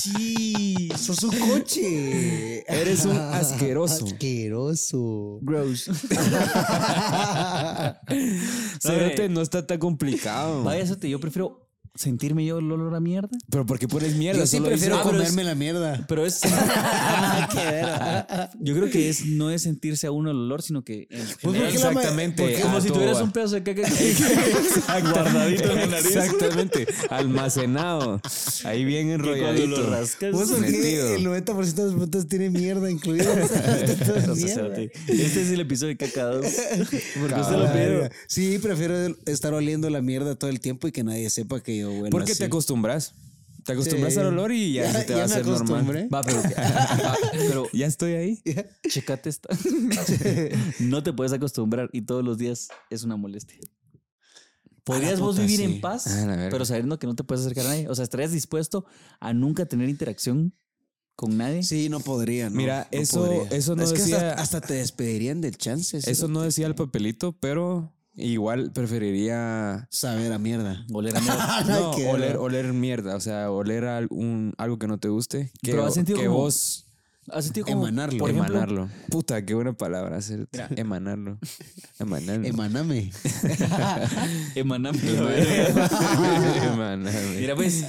Speaker 3: Sí, sos un coche.
Speaker 2: Eres un asqueroso.
Speaker 3: Asqueroso.
Speaker 1: Gross.
Speaker 2: Cerote,
Speaker 1: hombre.
Speaker 2: no está tan complicado.
Speaker 1: Vaya, eso te. Yo prefiero sentirme yo el olor a mierda.
Speaker 2: Pero porque pones mierda?
Speaker 3: Yo sí
Speaker 2: Solo dices,
Speaker 3: prefiero
Speaker 2: "Ah, pero es- Pues,
Speaker 3: comerme la mierda.
Speaker 1: Pero es. Yo creo que es no es sentirse a uno el olor, sino que. en general-
Speaker 3: porque la ma-
Speaker 2: Exactamente.
Speaker 3: porque-
Speaker 2: a
Speaker 1: Pues como si
Speaker 2: todo
Speaker 1: tuvieras
Speaker 2: va.
Speaker 1: un pedazo de caca que- guardadito en la nariz.
Speaker 2: Exactamente, almacenado. Ahí bien
Speaker 1: Que cuando
Speaker 2: enrolladito. Pues
Speaker 1: lo rascas.
Speaker 3: ¿Vos por
Speaker 2: metido.
Speaker 3: qué el 90% de las preguntas tiene mierda incluida?
Speaker 1: O sea, espérate. Este es el episodio de cacados. Porque usted lo pidió.
Speaker 3: Sí, prefiero estar oliendo la mierda todo el tiempo y que nadie sepa que yo huelo
Speaker 2: Porque
Speaker 3: así.
Speaker 2: te acostumbras. Te acostumbras
Speaker 3: Sí.
Speaker 2: al olor y ya, se te va a
Speaker 3: me
Speaker 2: hacer normal.
Speaker 3: acostumbré.
Speaker 1: Va, pero, va, pero pero
Speaker 2: Ya estoy ahí.
Speaker 1: checate esta. no te puedes acostumbrar y todos los días es una molestia. Podrías vos
Speaker 2: puta,
Speaker 1: vivir
Speaker 2: sí.
Speaker 1: en paz,
Speaker 2: A Ah, la verga.
Speaker 1: pero sabiendo que no te puedes acercar a nadie. O sea, ¿estarías dispuesto a nunca tener interacción con nadie?
Speaker 3: Sí, no podría, ¿no?
Speaker 2: Mira,
Speaker 3: No
Speaker 2: eso- eso no
Speaker 3: es que
Speaker 2: decía-
Speaker 3: hasta, hasta te despedirían del chance. ¿sí?
Speaker 2: Eso no decía el papelito, pero igual preferiría.
Speaker 3: Saber a mierda.
Speaker 1: Oler a mierda.
Speaker 3: Ay,
Speaker 2: No,
Speaker 3: qué
Speaker 2: oler,
Speaker 3: raro.
Speaker 2: oler mierda, o sea, oler al- un- algo que no te guste. Que,
Speaker 1: Pero has sentido
Speaker 2: que
Speaker 1: como-
Speaker 2: vos
Speaker 1: ¿Has sentido como,
Speaker 3: Emanarlo.
Speaker 1: Por ejemplo,
Speaker 2: emanarlo. Puta, qué buena palabra, cerote. emanarlo. Emanarlo.
Speaker 3: Emaname.
Speaker 1: emaname.
Speaker 2: Emanarme.
Speaker 1: Mira, pues.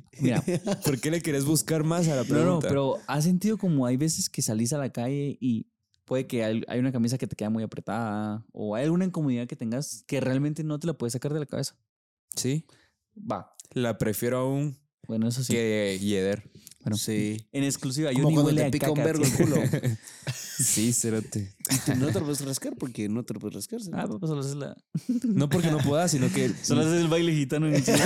Speaker 1: Mira,
Speaker 2: ¿Por qué le querés buscar más a la
Speaker 1: No,
Speaker 2: pregunta?
Speaker 1: no, pero has sentido como hay veces que salís a la calle y puede que hay, hay una camisa que te queda muy apretada o hay alguna incomodidad que tengas que realmente no te la puedes sacar de la cabeza.
Speaker 2: Sí,
Speaker 1: Va.
Speaker 2: la prefiero aún
Speaker 1: Bueno, eso sí.
Speaker 2: que Yeder.
Speaker 1: Bueno,
Speaker 3: Sí.
Speaker 1: En exclusiva, yo
Speaker 3: Como
Speaker 1: ni
Speaker 3: cuando
Speaker 1: huele
Speaker 3: te
Speaker 1: a
Speaker 3: pica un
Speaker 1: caca,
Speaker 3: vergo el
Speaker 1: tío.
Speaker 3: culo.
Speaker 2: Sí, cerote.
Speaker 3: No te lo puedes rascar porque no te lo puedes rascar.
Speaker 1: Ah, pues solo haces la-
Speaker 2: No porque no puedas, sino que.
Speaker 1: solo haces el baile gitano. en Chile.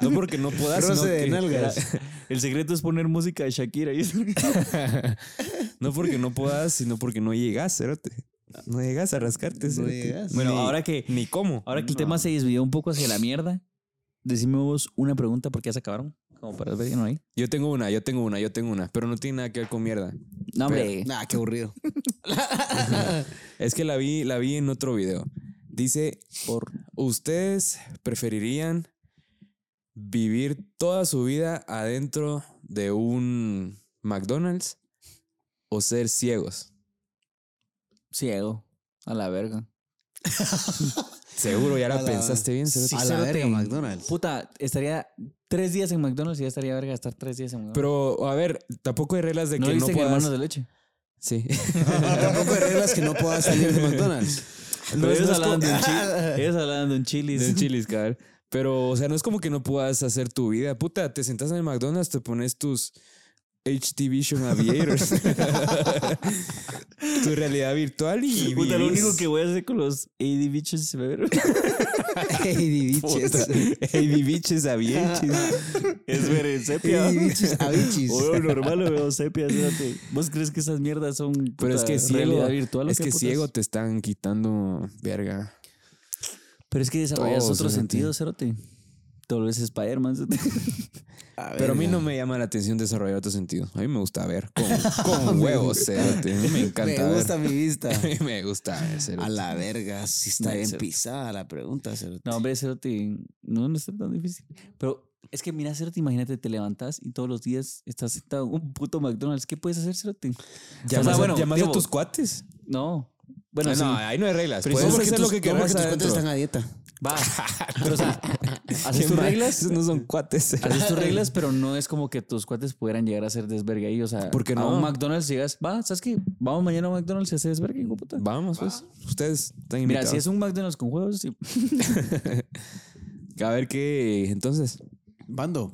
Speaker 2: No porque no puedas, sino
Speaker 3: Roce de
Speaker 2: que.
Speaker 3: nalgas.
Speaker 1: el secreto es poner música de Shakira. y-
Speaker 2: No porque no puedas, sino porque no llegas, cerote. No llegas a rascarte,
Speaker 3: No
Speaker 2: cerote.
Speaker 3: llegas.
Speaker 1: bueno,
Speaker 2: Ni-
Speaker 1: ahora que
Speaker 2: Ni cómo.
Speaker 1: ahora que el tema se desvió un poco hacia la mierda, decime vos una pregunta porque ya se acabaron, como para ver que no hay.
Speaker 2: Yo tengo una, yo tengo una, yo tengo una, pero no tiene nada que ver con mierda.
Speaker 1: No, hombre.
Speaker 3: Nah, qué aburrido.
Speaker 2: Es que la vi, la vi en otro video. Dice,
Speaker 1: Por
Speaker 2: ¿ustedes preferirían vivir toda su vida adentro de un McDonald's o ser ciegos?
Speaker 1: ciego. A la verga.
Speaker 2: Seguro, ya
Speaker 3: A
Speaker 2: la
Speaker 3: la-
Speaker 2: pensaste bien, cerote.
Speaker 1: Sí,
Speaker 3: a la
Speaker 1: cerote.
Speaker 3: verga, McDonald's.
Speaker 1: Puta, estaría tres días en McDonald's y ya estaría verga estar tres días en McDonald's.
Speaker 2: Pero, a ver, tampoco hay reglas de
Speaker 1: ¿No
Speaker 2: que no
Speaker 1: viste que hermanos de
Speaker 2: puedas...
Speaker 1: leche?
Speaker 2: Sí.
Speaker 3: Tampoco hay reglas que no puedas salir de McDonald's.
Speaker 1: Pero
Speaker 2: es-
Speaker 1: ellos,
Speaker 2: es
Speaker 1: hablaban
Speaker 2: co-
Speaker 1: de un chili, ellos hablaban de un chilis.
Speaker 2: De un chilis, cabrón. Pero, o sea, no es como que no puedas hacer tu vida. Puta, te sentas en el McDonald's, te pones tus HT Vision Aviators. tu realidad virtual y.
Speaker 1: Puta, lo
Speaker 2: vivís.
Speaker 1: único que voy a hacer con los AD bichos se me
Speaker 3: Ey, diviches.
Speaker 2: Puta, Hey, bibiches aviators.
Speaker 1: es ver en sepia.
Speaker 3: Ey, diviches, avichis.
Speaker 1: O normal lo veo sepia, fíjate. ¿Vos crees que esas mierdas son
Speaker 2: Pero es
Speaker 1: puta,
Speaker 2: que ciego.
Speaker 1: realidad virtual o
Speaker 2: es
Speaker 1: qué
Speaker 2: que
Speaker 1: putas?
Speaker 2: ciego te están quitando verga.
Speaker 1: Pero es que desarrollas
Speaker 2: Todo,
Speaker 1: otro
Speaker 2: cerote.
Speaker 1: sentido, cerote. Te volvés Spider-Man. cerote.
Speaker 2: Pero a mí no me llama la atención desarrollar otro sentido. A mí me gusta ver con, con huevos, cerote. A mí me encanta
Speaker 3: Me gusta
Speaker 2: ver.
Speaker 3: mi vista.
Speaker 2: A mí me gusta ver, cerote.
Speaker 3: A la verga, si está
Speaker 1: No,
Speaker 3: bien
Speaker 1: cerote.
Speaker 3: pisada la pregunta. cerote.
Speaker 1: No, hombre, Cerote, no, no está tan difícil. Pero es que mira, Cerote, imagínate, te levantas y todos los días estás sentado en un puto McDonald's. ¿Qué puedes hacer, Cerote?
Speaker 2: ¿Llamas,
Speaker 1: O sea,
Speaker 2: a-
Speaker 1: bueno,
Speaker 2: llamas
Speaker 1: digo-
Speaker 2: a tus cuates?
Speaker 1: No. Bueno,
Speaker 2: Ah,
Speaker 1: sí.
Speaker 2: no, ahí no hay reglas.
Speaker 3: Pero
Speaker 2: Puedes
Speaker 3: no, Pues porque
Speaker 2: hacer lo
Speaker 3: tus-
Speaker 2: que
Speaker 3: no,
Speaker 2: quieras
Speaker 3: porque tus cuates
Speaker 2: adentro.
Speaker 3: están a dieta.
Speaker 1: Va. Pero, o sea, haces tus
Speaker 2: Qué mal,
Speaker 1: reglas.
Speaker 2: esos no son cuates.
Speaker 1: Haces tus reglas, pero no es como que tus cuates pudieran llegar a hacer desvergue ahí. O sea,
Speaker 2: ¿Por qué
Speaker 1: a un
Speaker 2: no?
Speaker 1: McDonald's llegas, va, ¿sabes qué? Vamos mañana a un McDonald's y haces desvergue, hijo de puta.
Speaker 2: Vamos, pues. Ustedes están
Speaker 1: Ah. Mira,
Speaker 2: invitados.
Speaker 1: si es un McDonald's con juegos, sí.
Speaker 2: A ver qué. Entonces,
Speaker 3: Bando.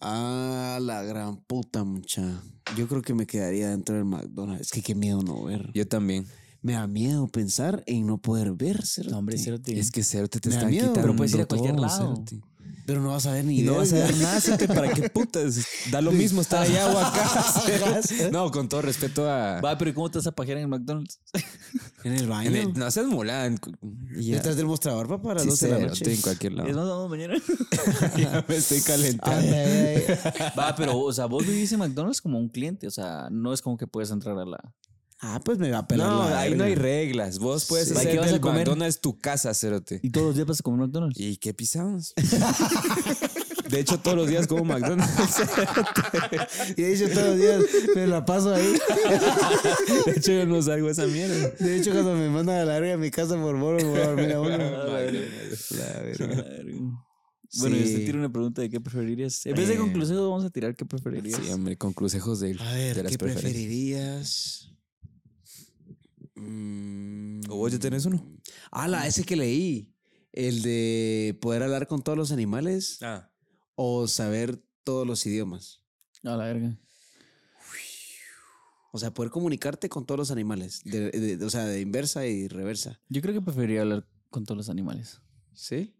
Speaker 3: Ah, la gran puta, mucha. Yo creo que me quedaría dentro del McDonald's. Es que qué miedo no ver.
Speaker 2: yo también.
Speaker 3: Me da miedo pensar en no poder ver, cerote.
Speaker 1: No, hombre, Cerote.
Speaker 2: Es que Cerote te
Speaker 3: Me da
Speaker 2: están
Speaker 3: miedo.
Speaker 2: quitando.
Speaker 3: Pero
Speaker 1: puedes ir a
Speaker 2: todo,
Speaker 1: cualquier lado.
Speaker 2: Cerote.
Speaker 3: Pero no vas a ver ni
Speaker 2: Y no vas a
Speaker 3: verga.
Speaker 2: ver
Speaker 1: ¿eh?
Speaker 2: nada, Cerote. ¿Para qué putas? Da lo mismo estar allá o acá. Cerote. No, con todo respeto a.
Speaker 1: Va, pero ¿y ¿cómo te vas a pajear en el McDonald's?
Speaker 3: En el baño.
Speaker 2: en el- no seas molada. en- Ya.
Speaker 3: Detrás del mostrador para para
Speaker 2: Sí,
Speaker 3: las 12 de la
Speaker 2: Cerote,
Speaker 3: noche.
Speaker 2: en cualquier
Speaker 1: Es
Speaker 2: lado.
Speaker 1: más, vamos mañana.
Speaker 2: ya me estoy
Speaker 3: Ay,
Speaker 2: calentando.
Speaker 3: ay, ay.
Speaker 1: Va, pero, o sea, vos vivís en McDonald's como un cliente, o sea, no es como que puedes entrar a la.
Speaker 3: Ah, pues me va a pelar.
Speaker 2: No,
Speaker 3: la
Speaker 2: ahí no
Speaker 3: verga.
Speaker 2: hay reglas. Vos puedes
Speaker 1: Sí. ¿Qué
Speaker 2: hacer
Speaker 1: vas a
Speaker 2: del
Speaker 1: comer?
Speaker 2: McDonald's tu casa, Cerote.
Speaker 1: Y todos los días vas a comer McDonald's.
Speaker 2: ¿Y qué pisamos? De hecho, todos los días como McDonald's.
Speaker 3: Y he dicho todos los días, me la paso ahí.
Speaker 2: De hecho, yo no salgo a esa mierda.
Speaker 3: De hecho, cuando me mandan a la verga a mi casa por moro, me voy a dormir a uno. La verga.
Speaker 1: Bueno, yo te
Speaker 3: Sí.
Speaker 1: tiro una pregunta de qué preferirías. En vez de
Speaker 2: Eh.
Speaker 1: conclusión, vamos a tirar qué preferirías.
Speaker 2: Sí, hombre, con consejos de,
Speaker 3: A
Speaker 2: de
Speaker 3: ver,
Speaker 2: las
Speaker 3: ¿qué
Speaker 2: preferencias.
Speaker 3: preferirías? Mm.
Speaker 2: ¿O vos ya tenés uno?
Speaker 3: Ala, ese que leí. El de poder hablar con todos los animales
Speaker 2: Ah.
Speaker 3: o saber todos los idiomas.
Speaker 1: A la verga.
Speaker 3: O sea, poder comunicarte con todos los animales. de- de- de- o sea, de inversa y reversa.
Speaker 1: Yo creo que preferiría hablar con todos los animales.
Speaker 3: ¿Sí?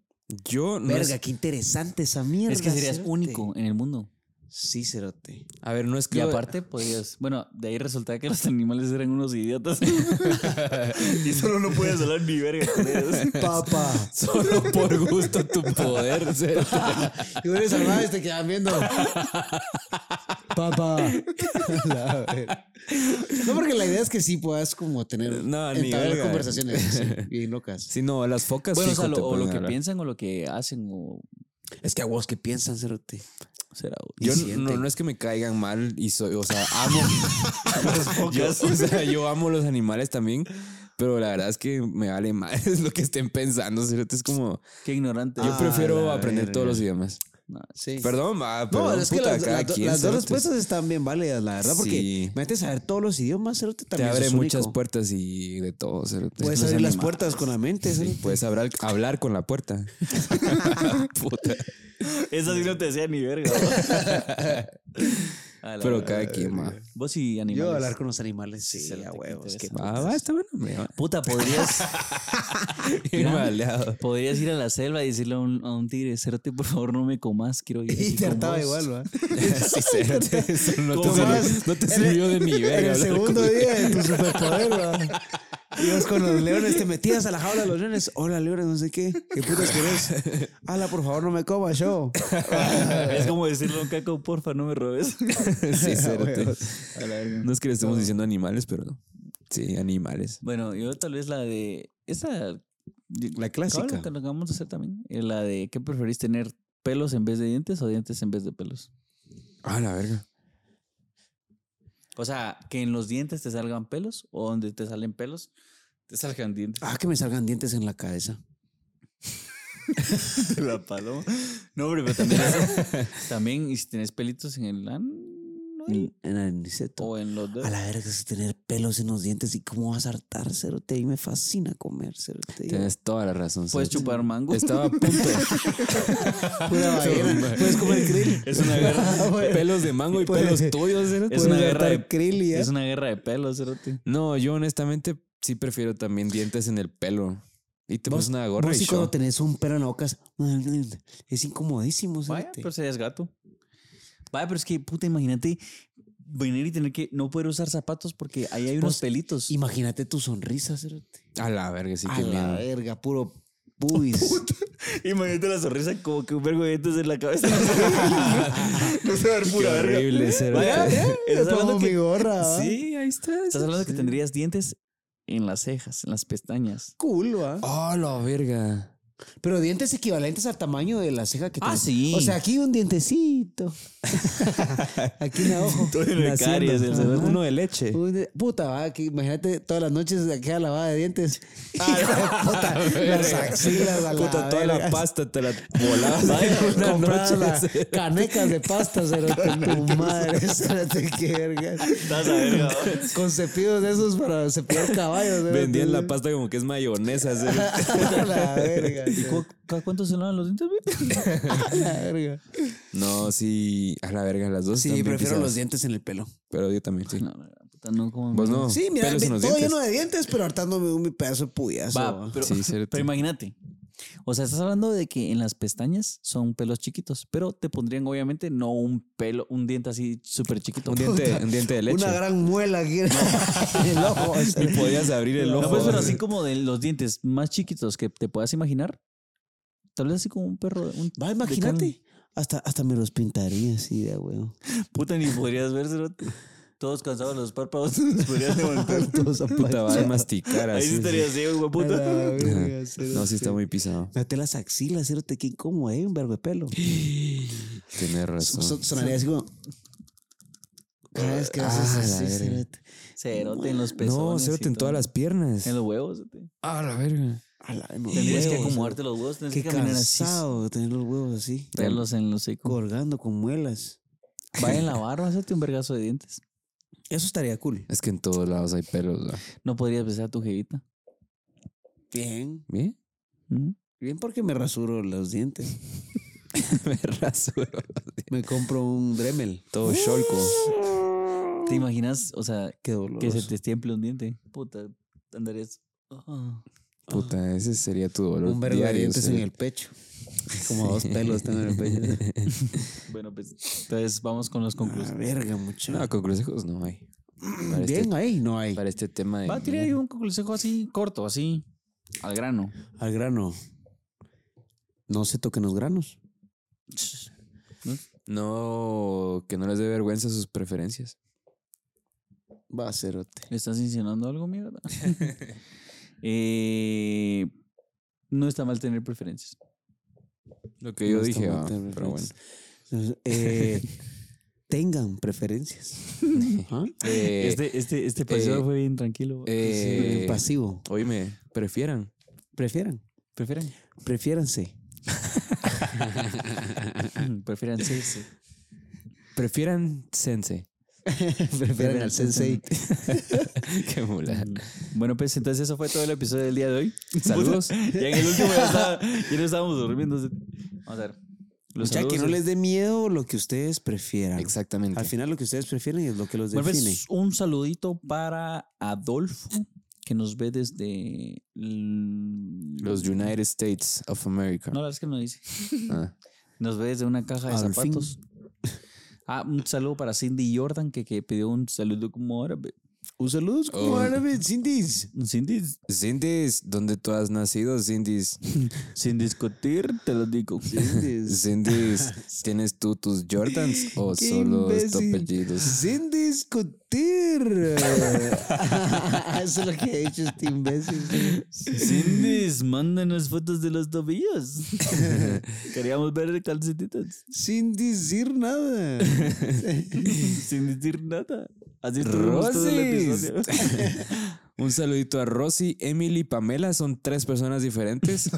Speaker 2: Yo no.
Speaker 3: Verga,
Speaker 2: es-
Speaker 3: qué interesante esa mierda.
Speaker 1: es que serías
Speaker 3: cerote.
Speaker 1: único en el mundo.
Speaker 3: Sí, cerote.
Speaker 2: A ver, no es que.
Speaker 1: Y aparte podías. Bueno, de ahí resultaba que los animales eran unos idiotas. y solo no puedes hablar ni verga con ellos.
Speaker 3: Papá.
Speaker 2: Solo por gusto tu poder. cerote.
Speaker 3: Y tú eres salvajes, te quedan viendo. Papá. no, porque la idea es que sí puedas como tener
Speaker 2: No, ni
Speaker 3: entablar
Speaker 2: verga.
Speaker 3: conversaciones así, bien locas.
Speaker 2: Sí, no, las focas.
Speaker 1: Bueno, o
Speaker 2: fijo,
Speaker 1: sea,
Speaker 2: te
Speaker 1: lo, o
Speaker 2: pueden
Speaker 1: lo que
Speaker 2: hablar.
Speaker 1: piensan o lo que hacen o
Speaker 3: Es que a vos que piensan, cerote.
Speaker 1: será.
Speaker 3: Y
Speaker 2: Yo
Speaker 3: sienten.
Speaker 2: no, no es que me caigan mal y soy, o sea, amo. yo, o sea, yo amo los animales también, pero la verdad es que me vale mal es lo que estén pensando. cerote, Es como,
Speaker 1: Qué ignorante.
Speaker 2: yo
Speaker 3: Ah,
Speaker 2: prefiero
Speaker 3: la
Speaker 2: aprender
Speaker 3: verga.
Speaker 2: todos los idiomas.
Speaker 1: No,
Speaker 3: Sí.
Speaker 2: Perdón, va,
Speaker 3: No,
Speaker 2: perdón,
Speaker 3: es que
Speaker 2: puta,
Speaker 3: las,
Speaker 2: cada
Speaker 3: las do-
Speaker 2: quien,
Speaker 3: las dos
Speaker 2: cerote.
Speaker 3: respuestas están bien válidas, la verdad,
Speaker 2: Sí.
Speaker 3: porque metes a saber todos los idiomas, cerote,
Speaker 2: Te
Speaker 3: también
Speaker 2: abre
Speaker 3: sos
Speaker 2: muchas
Speaker 3: único.
Speaker 2: puertas y de todo. cerote.
Speaker 3: Puedes
Speaker 2: Los
Speaker 3: abrir las
Speaker 2: animales.
Speaker 3: puertas con la mente,
Speaker 2: Sí,
Speaker 3: cerote.
Speaker 2: puedes hablar, hablar con la puerta. Puta.
Speaker 1: Esa sí no te decía ni verga.
Speaker 2: Pero cada quien, va.
Speaker 1: Vos y animales.
Speaker 3: Yo hablar con los animales, sí,
Speaker 1: cerote,
Speaker 3: a
Speaker 1: qué
Speaker 3: huevos. qué
Speaker 1: interesante.
Speaker 2: Va, va, está bueno. hombre, va.
Speaker 1: Puta, podrías,
Speaker 2: Bien maleado.
Speaker 1: podrías ir a la selva y decirle a un, a un tigre, cerote, por favor, no me comas, quiero ir.
Speaker 3: Y
Speaker 1: aquí
Speaker 3: te
Speaker 1: con
Speaker 3: hartaba
Speaker 1: vos".
Speaker 3: igual, ¿va?
Speaker 2: Sí, cerote, eso no te
Speaker 1: ¿Cómo
Speaker 2: sirvió-
Speaker 3: vas?
Speaker 2: no te
Speaker 3: En el-
Speaker 2: sirvió de mi verga.
Speaker 3: En el
Speaker 2: hablar con
Speaker 3: segundo día de tu superpoder, ¿va? Ibas con los leones, te metías a la jaula de los leones. Hola, leones, no sé qué. ¿Qué putas querés? Hala, por favor, no me comas yo.
Speaker 1: Es como decirle a un caco, porfa, no me robes.
Speaker 2: Sí,
Speaker 3: A
Speaker 2: cerote.
Speaker 3: Ah, huevos.
Speaker 2: No es que le estemos diciendo animales, pero sí, animales.
Speaker 1: Bueno, yo tal vez la de. Esa.
Speaker 3: La clásica.
Speaker 1: que lo acabamos de hacer también. eh, La de ¿qué preferís tener? ¿Pelos en vez de dientes o dientes en vez de pelos?
Speaker 2: Ah, la verga.
Speaker 1: O sea, que en los dientes te salgan pelos o donde te salen pelos, te salgan dientes.
Speaker 3: Ah, que me salgan dientes en la cabeza.
Speaker 1: la paloma. No, hombre, pero también. también, y si tenés pelitos en el ano ahí,
Speaker 3: En, en el niceto.
Speaker 1: o en los
Speaker 3: A
Speaker 1: dedos.
Speaker 3: la verga es tener pelos en los dientes y cómo vas a hartar, cerote. Y me fascina comer, cerote.
Speaker 2: Tienes toda la razón.
Speaker 1: Puedes
Speaker 2: Cerote.
Speaker 1: chupar mango.
Speaker 2: Estaba a punto.
Speaker 3: Pura ballena. Puedes comer Ah, krill.
Speaker 1: Es una guerra.
Speaker 2: pelos de mango y
Speaker 3: Puede-
Speaker 2: pelos tuyos. ¿eh? cerote.
Speaker 1: Es
Speaker 3: Puedes
Speaker 1: una guerra
Speaker 3: hartar
Speaker 1: de-
Speaker 3: krill y ya.
Speaker 1: Es una guerra de pelos, cerote.
Speaker 2: No, yo honestamente sí prefiero también dientes en el pelo. Y te
Speaker 3: Vos-
Speaker 2: pones una gorra
Speaker 3: Vos
Speaker 2: y
Speaker 3: sí cuando
Speaker 2: show.
Speaker 3: tenés un pelo en la boca es- es incomodísimo,
Speaker 1: Vaya,
Speaker 3: cerote.
Speaker 1: pero serías gato. Vaya, pero es que, puta, imagínate venir y tener que no poder usar zapatos porque ahí hay unos
Speaker 3: Vos-
Speaker 1: pelitos.
Speaker 3: Imagínate tu sonrisa, cerote.
Speaker 2: A la verga, sí
Speaker 3: A
Speaker 2: que
Speaker 3: la
Speaker 2: miedo.
Speaker 3: verga, puro pubis.
Speaker 1: Imagínate la sonrisa como que un vergo de dientes en la cabeza. no se va a ver
Speaker 2: Qué horrible ser.
Speaker 1: Vaya, estás hablando
Speaker 3: Como mi
Speaker 1: que,
Speaker 3: gorra.
Speaker 1: Ah,
Speaker 3: ¿va?
Speaker 2: Sí, ahí está.
Speaker 1: estás hablando que tendrías dientes en las cejas, en las pestañas.
Speaker 3: Cool, ¿va?
Speaker 2: Oh, la verga.
Speaker 3: Pero dientes equivalentes al tamaño de la ceja que
Speaker 1: Ah,
Speaker 3: tenés.
Speaker 1: sí.
Speaker 3: O sea, aquí un dientecito. aquí una ojo.
Speaker 1: Naciendo.
Speaker 3: el
Speaker 1: Ajá.
Speaker 3: cerote.
Speaker 2: Uno de leche.
Speaker 3: Un de- Puta, va, que imagínate todas las noches aquella lavada de dientes. Hijo de puta, las axilas, a la
Speaker 2: Ah, Puta, toda la
Speaker 3: verga.
Speaker 2: pasta te la volabas.
Speaker 3: Ay,
Speaker 2: una
Speaker 3: compraba
Speaker 2: noche,
Speaker 3: las
Speaker 2: cerote.
Speaker 3: canecas de pasta, cerote, tu madre, cerote, qué verga.
Speaker 1: Estás a ver,
Speaker 3: Con cepillos de esos para cepillar caballos. cerote.
Speaker 2: Vendían la pasta como que es mayonesa. cerote.
Speaker 3: A la verga.
Speaker 1: ¿Y cu- cada cuánto se lavan los dientes? güey?
Speaker 3: A la verga.
Speaker 2: No, sí, a la verga, las dos.
Speaker 3: Sí,
Speaker 2: también
Speaker 3: prefiero
Speaker 2: quizás,
Speaker 3: los dientes en el pelo.
Speaker 2: Pero yo también, sí.
Speaker 1: No, no, no, puta, no como.
Speaker 2: Vos no.
Speaker 3: Sí,
Speaker 2: Oh,
Speaker 3: mira,
Speaker 2: pelos
Speaker 3: ve-
Speaker 2: en
Speaker 3: todo
Speaker 2: los dientes.
Speaker 3: lleno de dientes, pero hartándome un mi pedazo de puyazo.
Speaker 1: Va,
Speaker 3: va.
Speaker 1: pero,
Speaker 2: Sí, cierto.
Speaker 1: pero imagínate. O sea, estás hablando de que en las pestañas son pelos chiquitos, pero te pondrían obviamente no un pelo, un diente así súper chiquito.
Speaker 2: Un diente, un diente de leche.
Speaker 3: Una gran muela aquí en el ojo.
Speaker 2: Y podías abrir el ojo.
Speaker 1: No, pues, pero así como de los dientes más chiquitos que te puedas imaginar. Tal vez así como un perro. Un
Speaker 3: Va, imagínate. Hasta, hasta me los pintaría así de huevo.
Speaker 1: Puta, ni podrías ver, cerote. Todos cansados los párpados, los podrías levantar.
Speaker 2: Puta, va a masticar
Speaker 1: Ahí Ah, sí
Speaker 2: así.
Speaker 1: estaría así, güey, puta.
Speaker 2: No, sí está muy pisado.
Speaker 3: Mate las axilas, cerote, qué incómodo, hay un verbo de pelo.
Speaker 2: Tienes razón.
Speaker 3: Son- sonaría así como. Cada vez que haces
Speaker 2: Ah, la
Speaker 3: así,
Speaker 2: verga.
Speaker 3: cerote.
Speaker 1: Cerote en los pezones.
Speaker 2: No,
Speaker 1: y
Speaker 2: cérate en
Speaker 1: todo.
Speaker 2: todas las piernas.
Speaker 1: En los huevos, cerote.
Speaker 2: Ah, la verga.
Speaker 3: A la- en los
Speaker 1: Tendrías que
Speaker 3: huevos,
Speaker 1: acomodarte los huevos,
Speaker 3: cerote.
Speaker 1: tendrías
Speaker 3: Qué
Speaker 1: que caminar así.
Speaker 3: cansado tener los huevos así,
Speaker 1: Tenerlos en los secos.
Speaker 3: colgando con muelas.
Speaker 1: Va en la barba, hacerte un vergazo de dientes.
Speaker 3: Eso estaría cool.
Speaker 2: Es que en todos lados hay pelos. ¿no?
Speaker 1: No podrías besar a tu jevita.
Speaker 3: Bien,
Speaker 2: ¿Bien?
Speaker 1: ¿Mm?
Speaker 3: bien porque me rasuro los dientes.
Speaker 2: Me rasuro.
Speaker 3: Me compro un Dremel.
Speaker 2: Todo sholco.
Speaker 1: ¿Te imaginas, o sea,
Speaker 3: Qué doloroso.
Speaker 1: que se te estiemple un diente? Puta, andarías. Ah.
Speaker 2: Puta, ese sería tu dolor.
Speaker 3: Un verbo de
Speaker 2: diario,
Speaker 3: dientes
Speaker 2: sí.
Speaker 3: en el pecho. eh. Como dos pelos tengo en el pecho.
Speaker 1: Bueno, pues entonces vamos con las
Speaker 3: La
Speaker 1: conclusiones.
Speaker 3: Ah, verga, mucho.
Speaker 2: No, con consejos no hay. Para,
Speaker 3: Bien,
Speaker 2: este,
Speaker 3: ahí no hay.
Speaker 2: para este tema de.
Speaker 1: Va a tirar ahí un consejo así, corto, así, al grano.
Speaker 3: Al grano. No se toquen los granos.
Speaker 2: No, que no les dé vergüenza sus preferencias.
Speaker 3: Va a cerote.
Speaker 1: ¿Le estás insinuando algo, mierda? Eh, no está mal tener preferencias.
Speaker 2: Lo que yo
Speaker 3: No está
Speaker 2: dije,
Speaker 3: mal
Speaker 2: va,
Speaker 3: tener
Speaker 2: pero bueno.
Speaker 3: preferencias. Eh, tengan preferencias. Ajá.
Speaker 2: Eh,
Speaker 1: este este, este
Speaker 2: eh,
Speaker 1: fue bien tranquilo.
Speaker 2: eh,
Speaker 3: Pasivo.
Speaker 2: Oíme, prefieran.
Speaker 3: Prefieran.
Speaker 1: prefieren.
Speaker 3: Prefiéranse.
Speaker 1: prefieren sí.
Speaker 2: Prefieran sense.
Speaker 3: Prefieran al sensei.
Speaker 2: Qué mula.
Speaker 3: Mm.
Speaker 1: Bueno, pues entonces eso fue todo el episodio del día de hoy.
Speaker 2: Saludos.
Speaker 1: Ya en el último ya, estaba- ya no estábamos durmiendo. Vamos a ver.
Speaker 3: O
Speaker 1: Los
Speaker 3: sea, que
Speaker 1: saludos
Speaker 3: no
Speaker 1: del-
Speaker 3: les dé miedo lo que ustedes prefieran.
Speaker 2: Exactamente.
Speaker 3: Al final lo que ustedes prefieren es lo que los
Speaker 1: Bueno, pues,
Speaker 3: define.
Speaker 1: un saludito para Adolfo, que nos ve desde l-
Speaker 2: Los United States of America.
Speaker 1: No, la verdad es que no dice.
Speaker 2: Ah.
Speaker 1: Nos ve desde una caja de
Speaker 3: Adolfín.
Speaker 1: zapatos. Ah, un saludo para Cindy Jordan, que, que pidió un saludo como árabe.
Speaker 3: Un saludo,
Speaker 2: Oh.
Speaker 3: árabe, Cindy's.
Speaker 1: Cindy,
Speaker 2: Cindy's, ¿dónde tú has nacido? Cindy's.
Speaker 1: sin discutir, te lo digo.
Speaker 3: Cindy's.
Speaker 2: Cindy's, ¿tienes tú tus Jordans o
Speaker 3: Qué
Speaker 2: solo estos
Speaker 3: imbécil.
Speaker 2: apellidos?
Speaker 3: Sin discutir. Eso es lo que ha hecho este imbécil.
Speaker 1: Cindy, mándanos fotos de los tobillos. Queríamos ver calcetitas.
Speaker 3: Sin decir nada.
Speaker 1: sin decir nada. Así estuvimos todo el
Speaker 2: Rosis.
Speaker 1: episodio.
Speaker 2: Un saludito a Rosy, Emily, Pamela, son tres personas diferentes.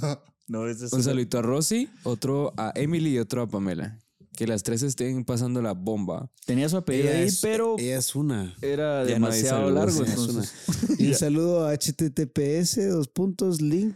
Speaker 1: No, ese es
Speaker 2: Un saludito a Rosy, otro a Emily y otro a Pamela. Que las tres estén pasando la bomba.
Speaker 1: Tenía su apellido ahí, pero
Speaker 3: Ella es una.
Speaker 1: era
Speaker 2: Ya no hay
Speaker 1: demasiado
Speaker 2: saludos,
Speaker 1: largo.
Speaker 2: ya es
Speaker 1: entonces.
Speaker 3: Y un saludo a https dos puntos link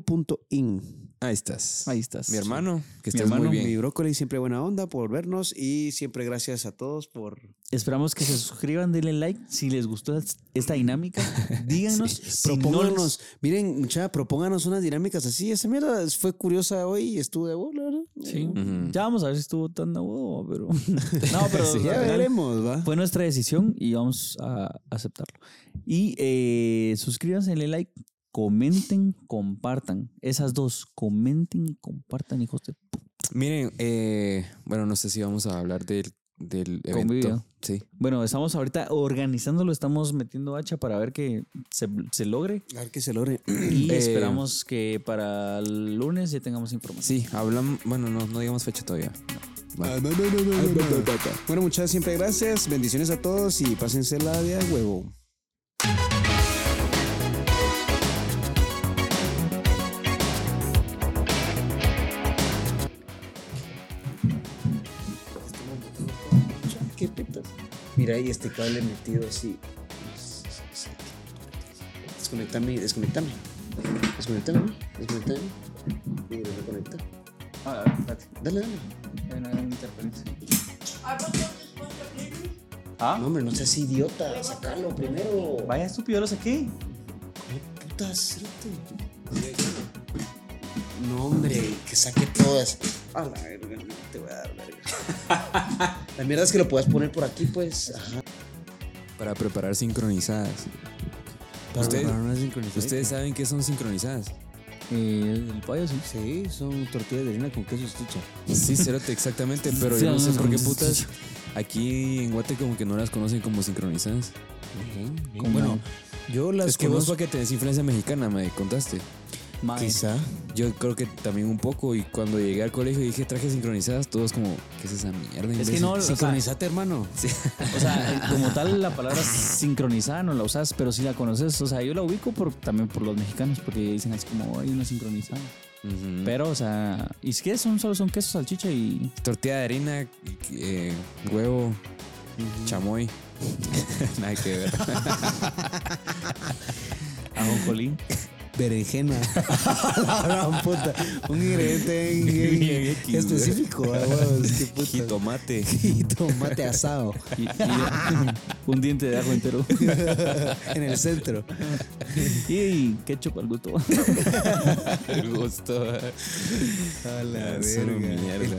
Speaker 3: tw.in.
Speaker 2: Ahí estás.
Speaker 1: Ahí estás.
Speaker 2: Mi hermano, que
Speaker 1: Mi
Speaker 2: estás
Speaker 1: hermano,
Speaker 2: muy bien.
Speaker 3: Mi brócoli siempre buena onda por vernos y siempre gracias a todos por
Speaker 1: Esperamos que se suscriban, denle like si les gustó esta dinámica. Díganos, si no les-
Speaker 3: propónganos. Miren, mucha, propónganos unas dinámicas así. Esa mierda fue curiosa hoy y estuvo de bola, ¿verdad?
Speaker 1: Sí.
Speaker 2: Ujú.
Speaker 1: Ya vamos a ver si estuvo tan de huevo, pero. No, pero
Speaker 3: Sí,
Speaker 1: al
Speaker 3: ya
Speaker 1: final
Speaker 3: veremos, va.
Speaker 1: fue nuestra decisión y vamos a aceptarlo. Y eh, suscríbanse, denle like, comenten, compartan. Esas dos, comenten y compartan, hijos de
Speaker 2: Miren, eh, bueno, no sé si vamos a hablar del, del evento.
Speaker 1: Convivio.
Speaker 2: Sí.
Speaker 1: Bueno, estamos ahorita organizándolo, estamos metiendo hacha para ver que se, se logre
Speaker 3: A ver que se logre.
Speaker 1: y
Speaker 2: Eh,
Speaker 1: esperamos que para el lunes ya tengamos información.
Speaker 2: Sí, hablamos. Bueno, no, no digamos fecha todavía. Bueno.
Speaker 3: Ah, Bueno, muchas siempre gracias. Bendiciones a todos y pásense la de a huevo. Mira, y este cable metido así. Desconectame, desconectame. Desconectame, ¿no? desconectame. Y reconecta. Dale, dale. No, hombre, no seas idiota. Sacalo primero.
Speaker 1: Vaya estúpido, lo saqué.
Speaker 3: Puta, cerote. No, hombre, que saque todas. A la verga, no te voy a dar verga. La mierda es que lo puedas poner por aquí, pues. Ajá.
Speaker 2: Para preparar sincronizadas. Ustedes- Ustedes saben qué son sincronizadas.
Speaker 1: Eh, el pollo, sí.
Speaker 3: Sí, son tortillas de harina con queso estucha.
Speaker 2: Sí, Cerote, exactamente, pero
Speaker 1: Sí,
Speaker 2: yo no sé
Speaker 1: vamos
Speaker 2: por qué
Speaker 1: con-
Speaker 2: putas. Aquí en Guate como que no las conocen como sincronizadas.
Speaker 3: Bueno, yo las
Speaker 2: es que vos para que tenés influencia mexicana, me contaste.
Speaker 1: Mae.
Speaker 3: Quizá.
Speaker 2: Yo creo que también un poco, y cuando llegué al colegio y dije traje sincronizadas, todos como, ¿qué es esa mierda?
Speaker 1: Es que
Speaker 2: imbécil?"
Speaker 1: no, o sea,
Speaker 3: Sincronizate, hermano.
Speaker 1: o sea, eh, como tal la palabra sincronizada no la usas, pero sí la conoces. O sea, yo la ubico por, también por los mexicanos, porque dicen así como, hay una sincronizada.
Speaker 2: Ujú.
Speaker 1: Pero, o sea, ¿y es que son solo son queso, salchicha y
Speaker 2: Tortilla de harina, eh, huevo, chamoy. Nada que ver.
Speaker 1: ajonjolí?
Speaker 3: berenjena. la gran puta. Un ingrediente bien- bien
Speaker 2: Bien X,
Speaker 3: específico. ah, huevos, qué puta.
Speaker 2: Jitomate.
Speaker 3: Y tomate asado
Speaker 1: Y- y- un diente de ajo entero.
Speaker 3: en el centro.
Speaker 1: y ketchup al gusto.
Speaker 2: El gusto.
Speaker 3: A la
Speaker 2: Es una
Speaker 3: verga. El
Speaker 2: mierda.